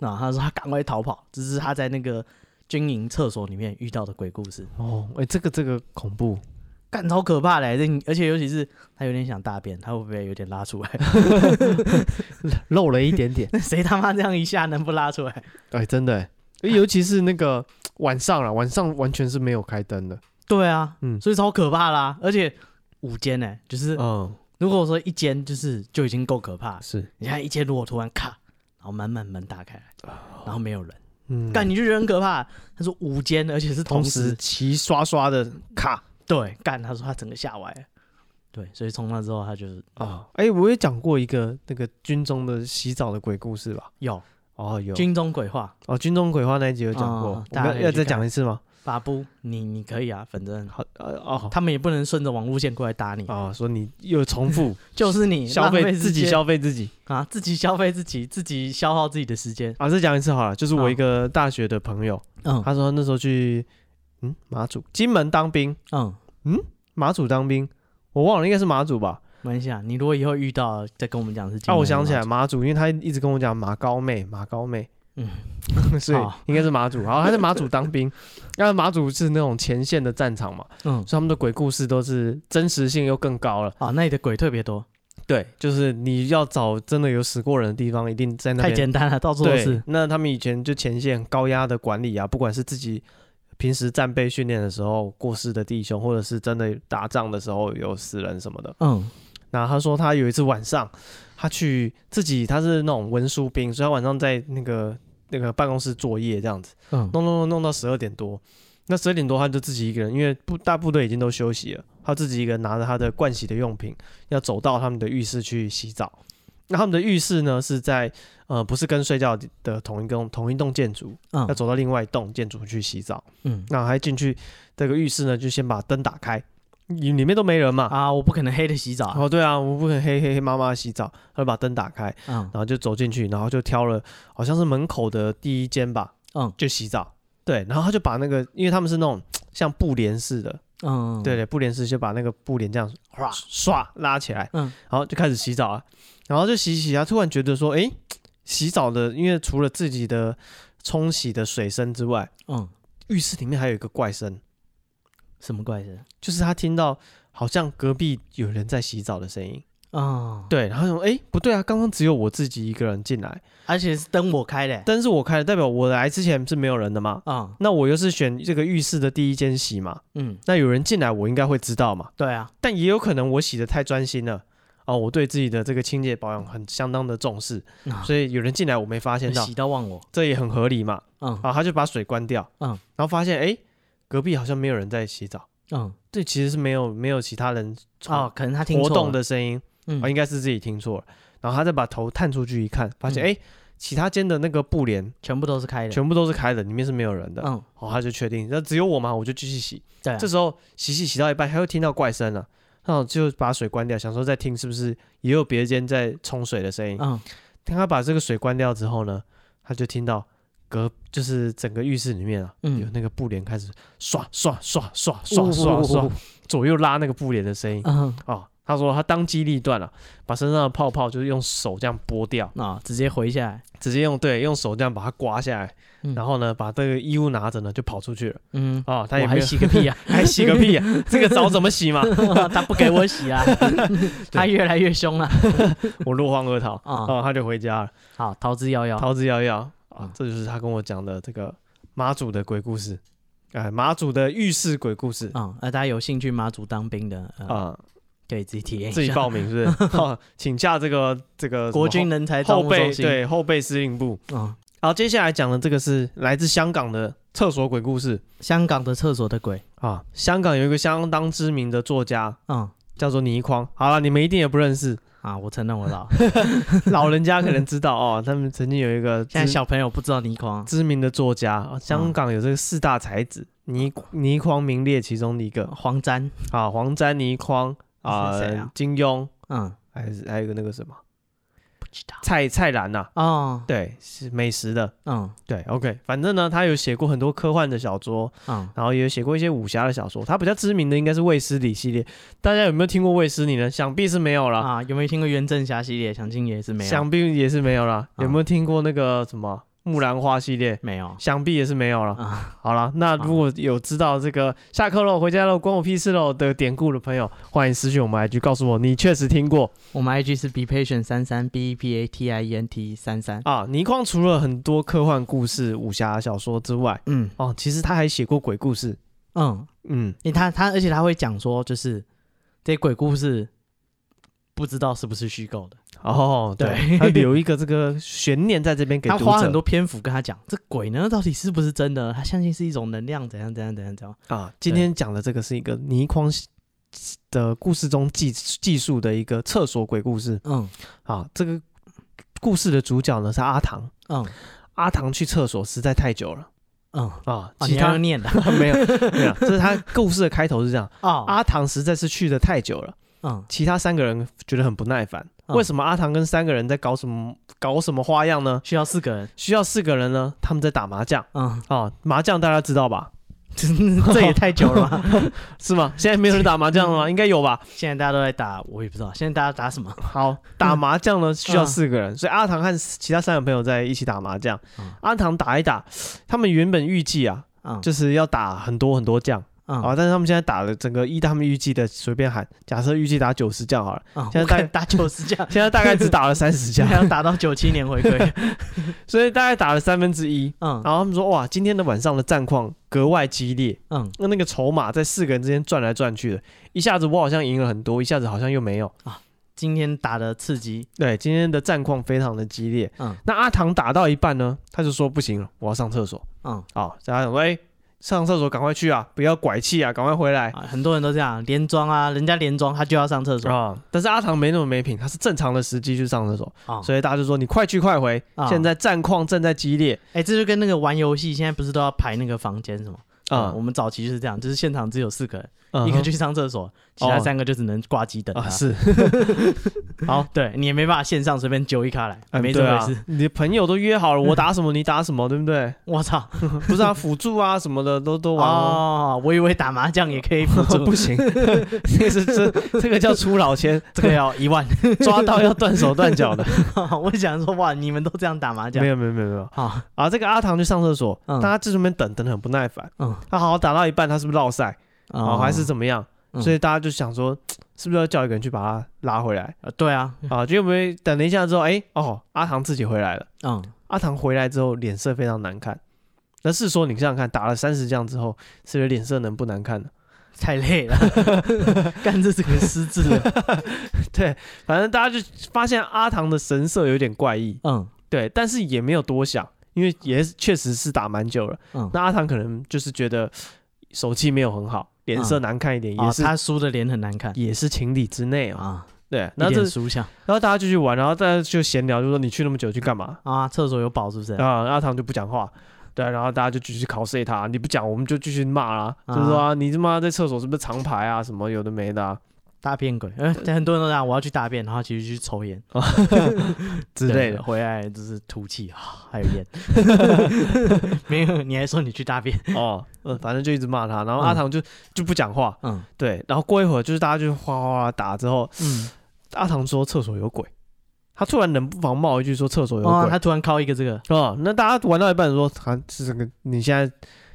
然后他说他赶快逃跑，这是他在那个军营厕所里面遇到的鬼故事，哦，哎，这个这个恐怖，干超可怕的、欸，这而且尤其是他有点想大便，他会不会有点拉出来？ [LAUGHS] 漏了一点点，谁他妈这样一下能不拉出来？ [LAUGHS] 哎，真的哎，哎尤其是那个晚上了，晚上完全是没有开灯的，对啊，嗯所以超可怕啦。而且五间呢、欸就是、嗯，如果说一间就是就已经够可怕了，是，你看一间如果突然咔，然后慢慢门打开来，然后没有人，嗯，干、你就觉得很可怕。他说五间，而且是同同时，时齐刷刷的卡。对，干他说他整个吓歪了，对，所以从那之后他就是啊，哎、我也讲过一个那个军中的洗澡的鬼故事吧？有哦，有军中鬼话，哦，军中鬼话那一集有讲过，嗯我大家们可要以要去再看讲一次吗？法布，你你可以啊，反正好，呃，哦，他们也不能顺着网路线过来打你，啊，说你又重复就是 [LAUGHS] 你消浪费费时自己间消费自己啊，自己消费自己，自己消耗自己的时间，啊，再讲一次好了。就是我好一个大学的朋友，嗯他说他那时候去嗯马祖金门当兵，嗯。马祖当兵，我忘了应该是马祖吧？没关系啊，你如果以后遇到再跟我们讲是金门啊，的话。我想起来马祖，因为他一直跟我讲马高妹，马高妹，嗯啊嗯， [LAUGHS] 所以好应该是马祖。然后他在马祖当兵， [LAUGHS] 那马祖是那种前线的战场嘛。嗯，所以他们的鬼故事都是真实性又更高了。啊，那里的鬼特别多，对，就是你要找真的有死过人的地方，一定在那太边。简单了，到处都对是，。那他们以前就前线高压的管理啊，不管是自己平时战备训练的时候过世的弟兄，或者是真的打仗的时候有死人什么的。嗯那他说他有一次晚上，他去自己他是那种文书兵，所以他晚上在那个那个办公室作业这样子，嗯弄弄弄弄到十二点多。那十二点多他就自己一个人，因为部大部队已经都休息了，他自己一个人拿着他的盥洗的用品，要走到他们的浴室去洗澡。那他们的浴室呢是在呃不是跟睡觉的同一栋同一栋建筑，要嗯走到另外一栋建筑去洗澡。嗯那还进去这个浴室呢，就先把灯打开，里里面都没人嘛。啊，我不可能黑的洗澡啊，哦，对啊，我不可能黑黑黑妈妈洗澡，他就把灯打开，嗯然后就走进去，然后就挑了好像是门口的第一间吧，嗯就洗澡。对，然后他就把那个，因为他们是那种像布帘式的，嗯，对，对，布帘式就把那个布帘这样哗，唰拉起来，嗯然后就开始洗澡啊，然后就洗洗啊，突然觉得说，诶，洗澡的，因为除了自己的冲洗的水声之外，嗯，浴室里面还有一个怪声，什么怪事？就是他听到好像隔壁有人在洗澡的声音。啊，，对，然后想，哎、不对啊，刚刚只有我自己一个人进来，而且是灯我开的欸，但是我开了，代表我来之前是没有人的嘛。嗯那我又是选这个浴室的第一间洗嘛，嗯，那有人进来，我应该会知道嘛。对啊，但也有可能我洗的太专心了，哦，我对自己的这个清洁保养很相当的重视，啊所以有人进来我没发现到洗，到忘我，这也很合理嘛。嗯啊，他就把水关掉，嗯，然后发现，哎、隔壁好像没有人在洗澡，嗯，对，其实是没有没有其他人哦，可能他听活错动了，的声音。哦嗯啊，应该是自己听错了。然后他再把头探出去一看，发现嗯哎、其他间的那个布帘全部都是开的。全部都是开的，里面是没有人的。嗯，哦，他就确定，那只有我嘛，我就继续洗。对啊，这时候洗洗洗到一半，他又听到怪声了，然后就把水关掉，想说再听是不是也有别间在冲水的声音。嗯，当他把这个水关掉之后呢，他就听到隔就是整个浴室里面啊，嗯有那个布帘开始刷刷刷刷刷刷刷呜，左右拉那个布帘的声音嗯，哦，他说他当机立断了、把身上的泡泡就是用手这样拨掉，那啊直接回下来。直接用对用手这样把它刮下来，嗯然后呢把这个衣物拿着呢就跑出去了嗯，啊、哦，他我也没还有洗个屁呀！还洗个屁呀、啊这个澡怎么洗嘛？ [LAUGHS] 他不给我洗 [LAUGHS] 啊，他越来越凶了。我落荒而逃啊、啊哦他就回家了，好，逃之夭夭。逃之夭夭啊、嗯这就是他跟我讲的这个妈祖的鬼故事，哎，妈祖的浴室鬼故事嗯，那大家有兴趣马祖当兵的，呃，啊、可以自己体验自一己下。报名是 [LAUGHS] 不是？哦请假这个这个什么国军人才招后募备中心。，对后备司令部。嗯，好，接下来讲的这个是来自香港的厕所鬼故事香港的厕所的鬼。啊，香港有一个相当知名的作家嗯，叫做倪匡，好了，你们一定也不认识， [LAUGHS] 啊，我承认我 [LAUGHS] 老，老人家可能知道哦，他们曾经有一个 [LAUGHS] 现在知小朋友不知道倪匡。知名的作家，嗯啊香港有这个四大才子，倪哦倪匡名列其中的一个黄沾，啊，黄沾、倪匡啊哦是谁啊，金庸，嗯，还是还有一个那个什么不知道。蔡蔡澜呐，哦，对，是美食的，嗯对，OK，反正呢，他有写过很多科幻的小说，嗯，然后也有写过一些武侠的小说，他比较知名的应该是卫斯理系列，大家有没有听过卫斯理呢？想必是没有了，啊，有没有听过袁振霞系列？想进也是没有，想必也是没有了，啊有没有听过那个什么木兰花系列？没有想必也是没有了。啊，好了，那如果有知道这个下课喽、回家喽、关我屁事喽的典故的朋友，欢迎私讯我们 IG 告诉我，你确实听过我们 IG 是 be patient 三三 b e p a t i e n t 三三，啊。倪匡除了很多科幻故事、武侠小说之外，嗯哦，其实他还写过鬼故事。嗯，嗯，因为他他而且他会讲说，就是这些鬼故事不知道是不是虚构的，哦，对，对他留一个这个悬念在这边给他读花者很多篇幅跟他讲这鬼呢到底是不是真的，他相信是一种能量，怎样怎样怎样怎样，啊。今天讲的这个是一个倪匡的故事中记记述的一个厕所鬼故事嗯啊。这个故事的主角呢是阿唐，嗯阿唐去厕所实在太久了嗯，啊，啊其你还他要念 [LAUGHS] 的没有，没有，这是他故事的开头是这样。哦阿唐实在是去的太久了，嗯其他三个人觉得很不耐烦。嗯为什么阿唐跟三个人在搞什么搞什么花样呢？需要四个人，需要四个人呢？他们在打麻将嗯， [LAUGHS] 啊，麻将大家知道吧？ [LAUGHS] 这也太久了吧。是吗？现在没有人打麻将了吗？应该有 [LAUGHS] 吧？现在大家都在打，我也不知道现在大家打什么。好，打麻将呢嗯需要四个人，所以阿唐和其他三个朋友在一起打麻将嗯。阿唐打一打，他们原本预计啊，嗯，就是要打很多很多将嗯啊，但是他们现在打了整个依他们预计的随便喊，假设预计打九十将好了。嗯现在我大看打九 [LAUGHS] 十架，现在大概只打了三十还 [LAUGHS] 家，要打到九七年回归。所以大概打了三分之一。 [LAUGHS] 嗯然后他们说，哇，今天的晚上的战况格外激烈，嗯那那个筹码在四个人之间转来转去的，一下子我好像赢了很多，一下子好像又没有。今天打的刺激，对，今天的战况非常的激烈。嗯那阿唐打到一半呢，他就说不行了，我要上厕所嗯啊！哦大家想说，哎，上厕所赶快去啊，不要拐气啊，赶快回来啊，很多人都这样连装啊，人家连装他就要上厕所啊！但是阿唐没那么没品，他是正常的时机去上厕所，啊。所以大家就说你快去快回，啊现在战况正在激烈哎，这就跟那个玩游戏现在不是都要排那个房间什么嗯啊我！们早期就是这样，就是现场只有四个人，嗯啊一个哼去上厕所，其他哦三个就只能挂机 [LAUGHS] 等啊他。是。对你也没办法线上随便揪一咖来，哎没对这啊回事。你的朋友都约好了，我打什么你打什么，对不对？ [LAUGHS] 我操！不是啊，辅助啊什么的都都玩哦。哦，我以为打麻将也可以辅 [LAUGHS] 助，不行，这是这这个叫出老千，这个 [LAUGHS] 要一万。抓到要断手断 [LAUGHS] 脚的。我想说，哇，你们都这样打麻将没，有没有没有没有好，啊！这个阿唐去上厕所，嗯大家在这边等等得很不耐烦。嗯，他好好打到一半，他是不是落赛啊？哦还是怎么样？嗯所以大家就想说，是不是要叫一个人去把他拉回来呃对啊，啊？结果没等了一下之后，哎哦，阿唐自己回来了。嗯，阿唐回来之后脸色非常难看。那是说你想想看，打了三十将之后，谁的脸色能不难看呢？太 [LAUGHS] 累了，干这是个失智了，对，反正大家就发现阿唐的神色有点怪异，嗯对，但是也没有多想，因为也是确实是打蛮久了。嗯，那阿唐可能就是觉得手气没有很好，脸色难看一点，啊也，是、他输的脸很难看也是情理之内啊。啊，对，一然后这点书香然后大家就去玩，然后大家就闲聊，就说你去那么久去干嘛？啊，厕所有宝是不是？啊，阿唐就不讲话，对啊，然后大家就继续 cos 他，你不讲我们就继续骂啦，啊就是说啊，你他妈在厕所是不是长排啊，什么有的没的啊大便鬼，呃，很多人都这样，我要去大便，然后其实去抽烟之类的。回来就是吐气啊，还有 [LAUGHS] 烟，没有，你还说你去大便，哦，嗯，反正就一直骂他，然后阿嗯唐就、就不讲话，嗯对，然后过一会儿就是大家就哗哗哗打之后，嗯，阿唐说厕所有鬼，他突然冷不防冒一句说厕所有哇，鬼，哦他突然靠一个这个，哦，那大家玩到一半说，啊，是这个你现在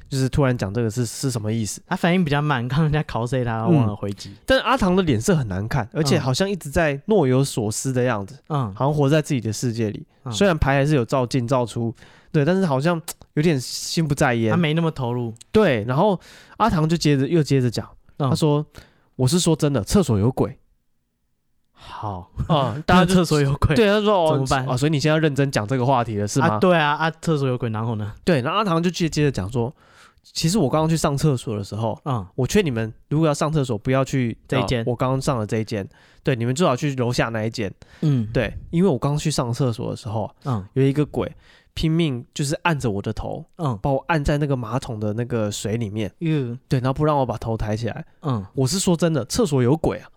就是突然讲这个是是什么意思？他反应比较慢，看人家 cos 他忘嗯了回击，但阿唐的脸色很难看，而且嗯好像一直在若有所思的样子，嗯，好像活在自己的世界里。嗯虽然牌还是有照进照出，对，但是好像有点心不在他焉。没那么投入，对，然后阿唐就接着又接着讲，嗯他说：“我是说真的，厕所有 [LAUGHS] 鬼好，啊！” [LAUGHS] 大家就厕所有鬼，对他说：“哦，怎么办啊，所以你现在认真讲这个话题了是吗？啊，对啊，啊，厕所有鬼，然后呢，对，然后阿唐就接接着讲说，其实我刚刚去上厕所的时候，嗯，我劝你们如果要上厕所，不要去这一呃间我刚刚上的这一间，对，你们最好去楼下那一间。嗯，，对，因为我刚刚去上厕所的时候，嗯有一个鬼拼命就是按着我的头，嗯，把我按在那个马桶的那个水里面，又，对，然后不让我把头抬起来。嗯，我是说真的，厕所有鬼啊！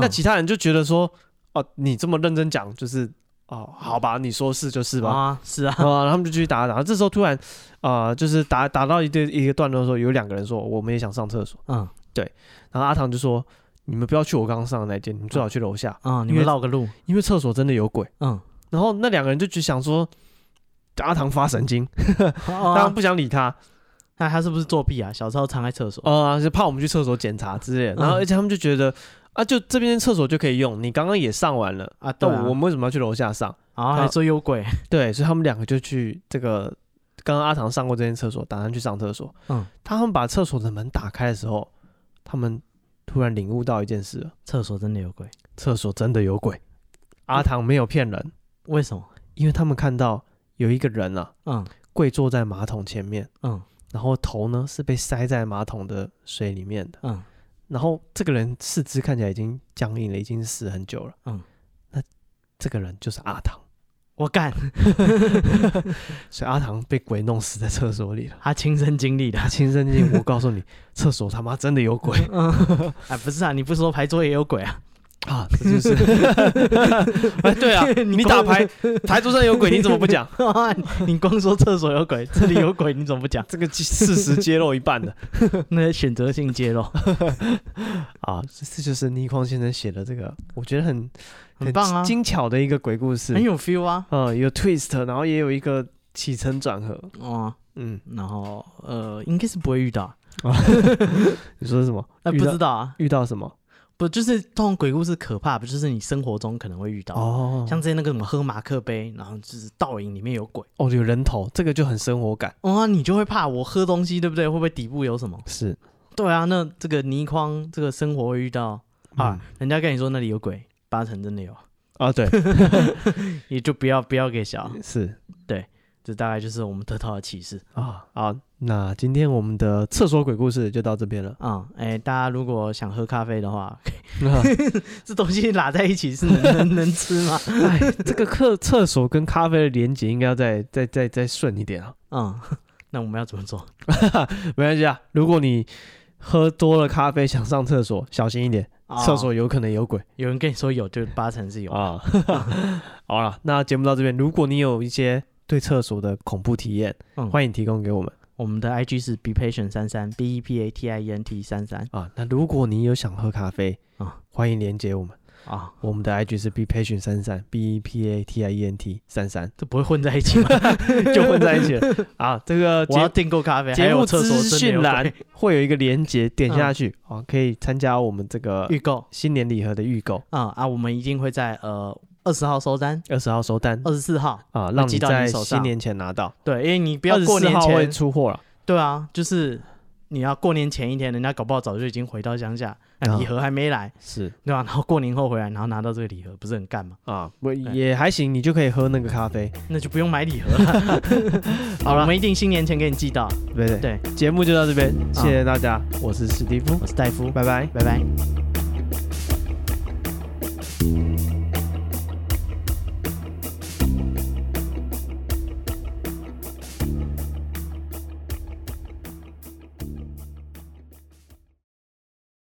那其他人就觉得说，哦、你这么认真讲，就是哦，好吧，你说是就是实吧。啊，是 [LAUGHS] 啊，啊、然后他们就继续打打。这时候突然，啊、就是打打到一个一个段落的时候，有两个人说我们也想上厕所，嗯然后阿唐就说你们不要去我刚刚上的那间，你们最好去楼下，嗯，你因为们绕个路，因为厕所真的有鬼。嗯，然后那两个人就只想说阿唐发神经，当然那不想理他，哦那他是不是作弊啊？小时候藏在厕所，啊，就怕我们去厕所检查之类的。然后嗯而且他们就觉得啊，就这边厕所就可以用，你刚刚也上完了，啊，对但啊，我我们为什么要去楼下上？然后还说有鬼，对，所以他们两个就去这个刚刚阿唐上过这间厕所，打算去上厕所。嗯，他们把厕所的门打开的时候，他们突然领悟到一件事了厕所真的有鬼，厕所真的有鬼。阿唐没有骗人，为什么？因为他们看到有一个人啊，嗯跪坐在马桶前面，嗯然后头呢是被塞在马桶的水里面的，嗯，然后这个人四肢看起来已经僵硬了，已经死很久了。嗯，那这个人就是阿唐，我干，所以阿唐被鬼弄死在厕所里了。他亲身经历的，他亲身经历，我告诉你，厕所他妈真的有鬼嗯， [LAUGHS] 哎，不是啊，你不是说牌桌也有鬼啊？ [LAUGHS] 啊！这就是， [LAUGHS] 哎，对啊， [LAUGHS] 你打牌，牌桌上有鬼，你怎么不讲？你光说厕所有鬼，这里有鬼，你怎么不 [LAUGHS] 讲？ [LAUGHS] 这个事实揭露一半的 [LAUGHS] 那选择性揭露，啊，这这就是倪匡先生写的这个，我觉得很很棒啊，精巧的一个鬼故事很，有 feel 啊，嗯，有 twist，然后也有一个起承转合，哦，嗯，然后呃，应该是不会遇到，你说是什么？那遇不到知道啊，遇到什么？不就是通常鬼故事可怕，不就是你生活中可能会遇到，哦，像之前那个什么喝马克杯，然后就是倒影里面有鬼。哦，有人头，这个就很生活感，哦，你就会怕我喝东西，对不对？会不会底部有什么？是对啊，那这个泥筐，这个生活会遇到啊啊，人家跟你说那里有鬼，八成真的有，啊，对， [LAUGHS] 也就不要不要给小。是这大概就是我们得到的启示啊，好，那今天我们的厕所鬼故事就到这边 [LAUGHS] 了。啊。哎、大家如果想喝咖啡的话， [LAUGHS] 这东西拉在一起是能能能吃吗？ [LAUGHS] 哎，这个厕厕所跟咖啡的连接应该要再再再再顺一点啊。嗯， [LAUGHS] 那我们要怎么做？没关系啊，如果你喝多了咖啡想上厕所，小心一点，啊厕所有可能有鬼有人跟你说有，就八成是有。啊。 [LAUGHS] 好了，那节目到这边，如果你有一些对厕所的恐怖体验，嗯欢迎提供给我们我们的 IG 是 be patient 三三 b e p a t i e n t 三三啊。那如果你有想喝咖啡啊欢迎连接我们，啊，我们的 IG 是 be patient 三三 b e p a t i e n t 三三， [LAUGHS] 这不会混在一起吗？就混在一起了啊。这个我节要订购咖啡，还节有目厕资所讯栏会有一个连接，点嗯下去啊，可以参加我们这个 [LAUGHS] 预购新年礼盒的预购，啊、啊！我们一定会在呃二十号收单，二十号收单二十四号啊，会让哦寄你到你在手新上年前拿到。对，因为你不要24过年号会前出货了，对啊，就是你要过年前一天，人家搞不好早就已经回到乡下，那啊礼盒还没来，是对吧、然 [LAUGHS] 后过年后回来，然后拿到这个礼盒，不是很干嘛？啊，不对也还行，你就可以喝那个咖啡。那就不用买礼盒了。 [LAUGHS] [LAUGHS] 好了我们一定新年前给你寄到。对不对，对，啊节目就到这边，谢谢大家，我是史蒂夫，我是戴夫，拜拜。拜拜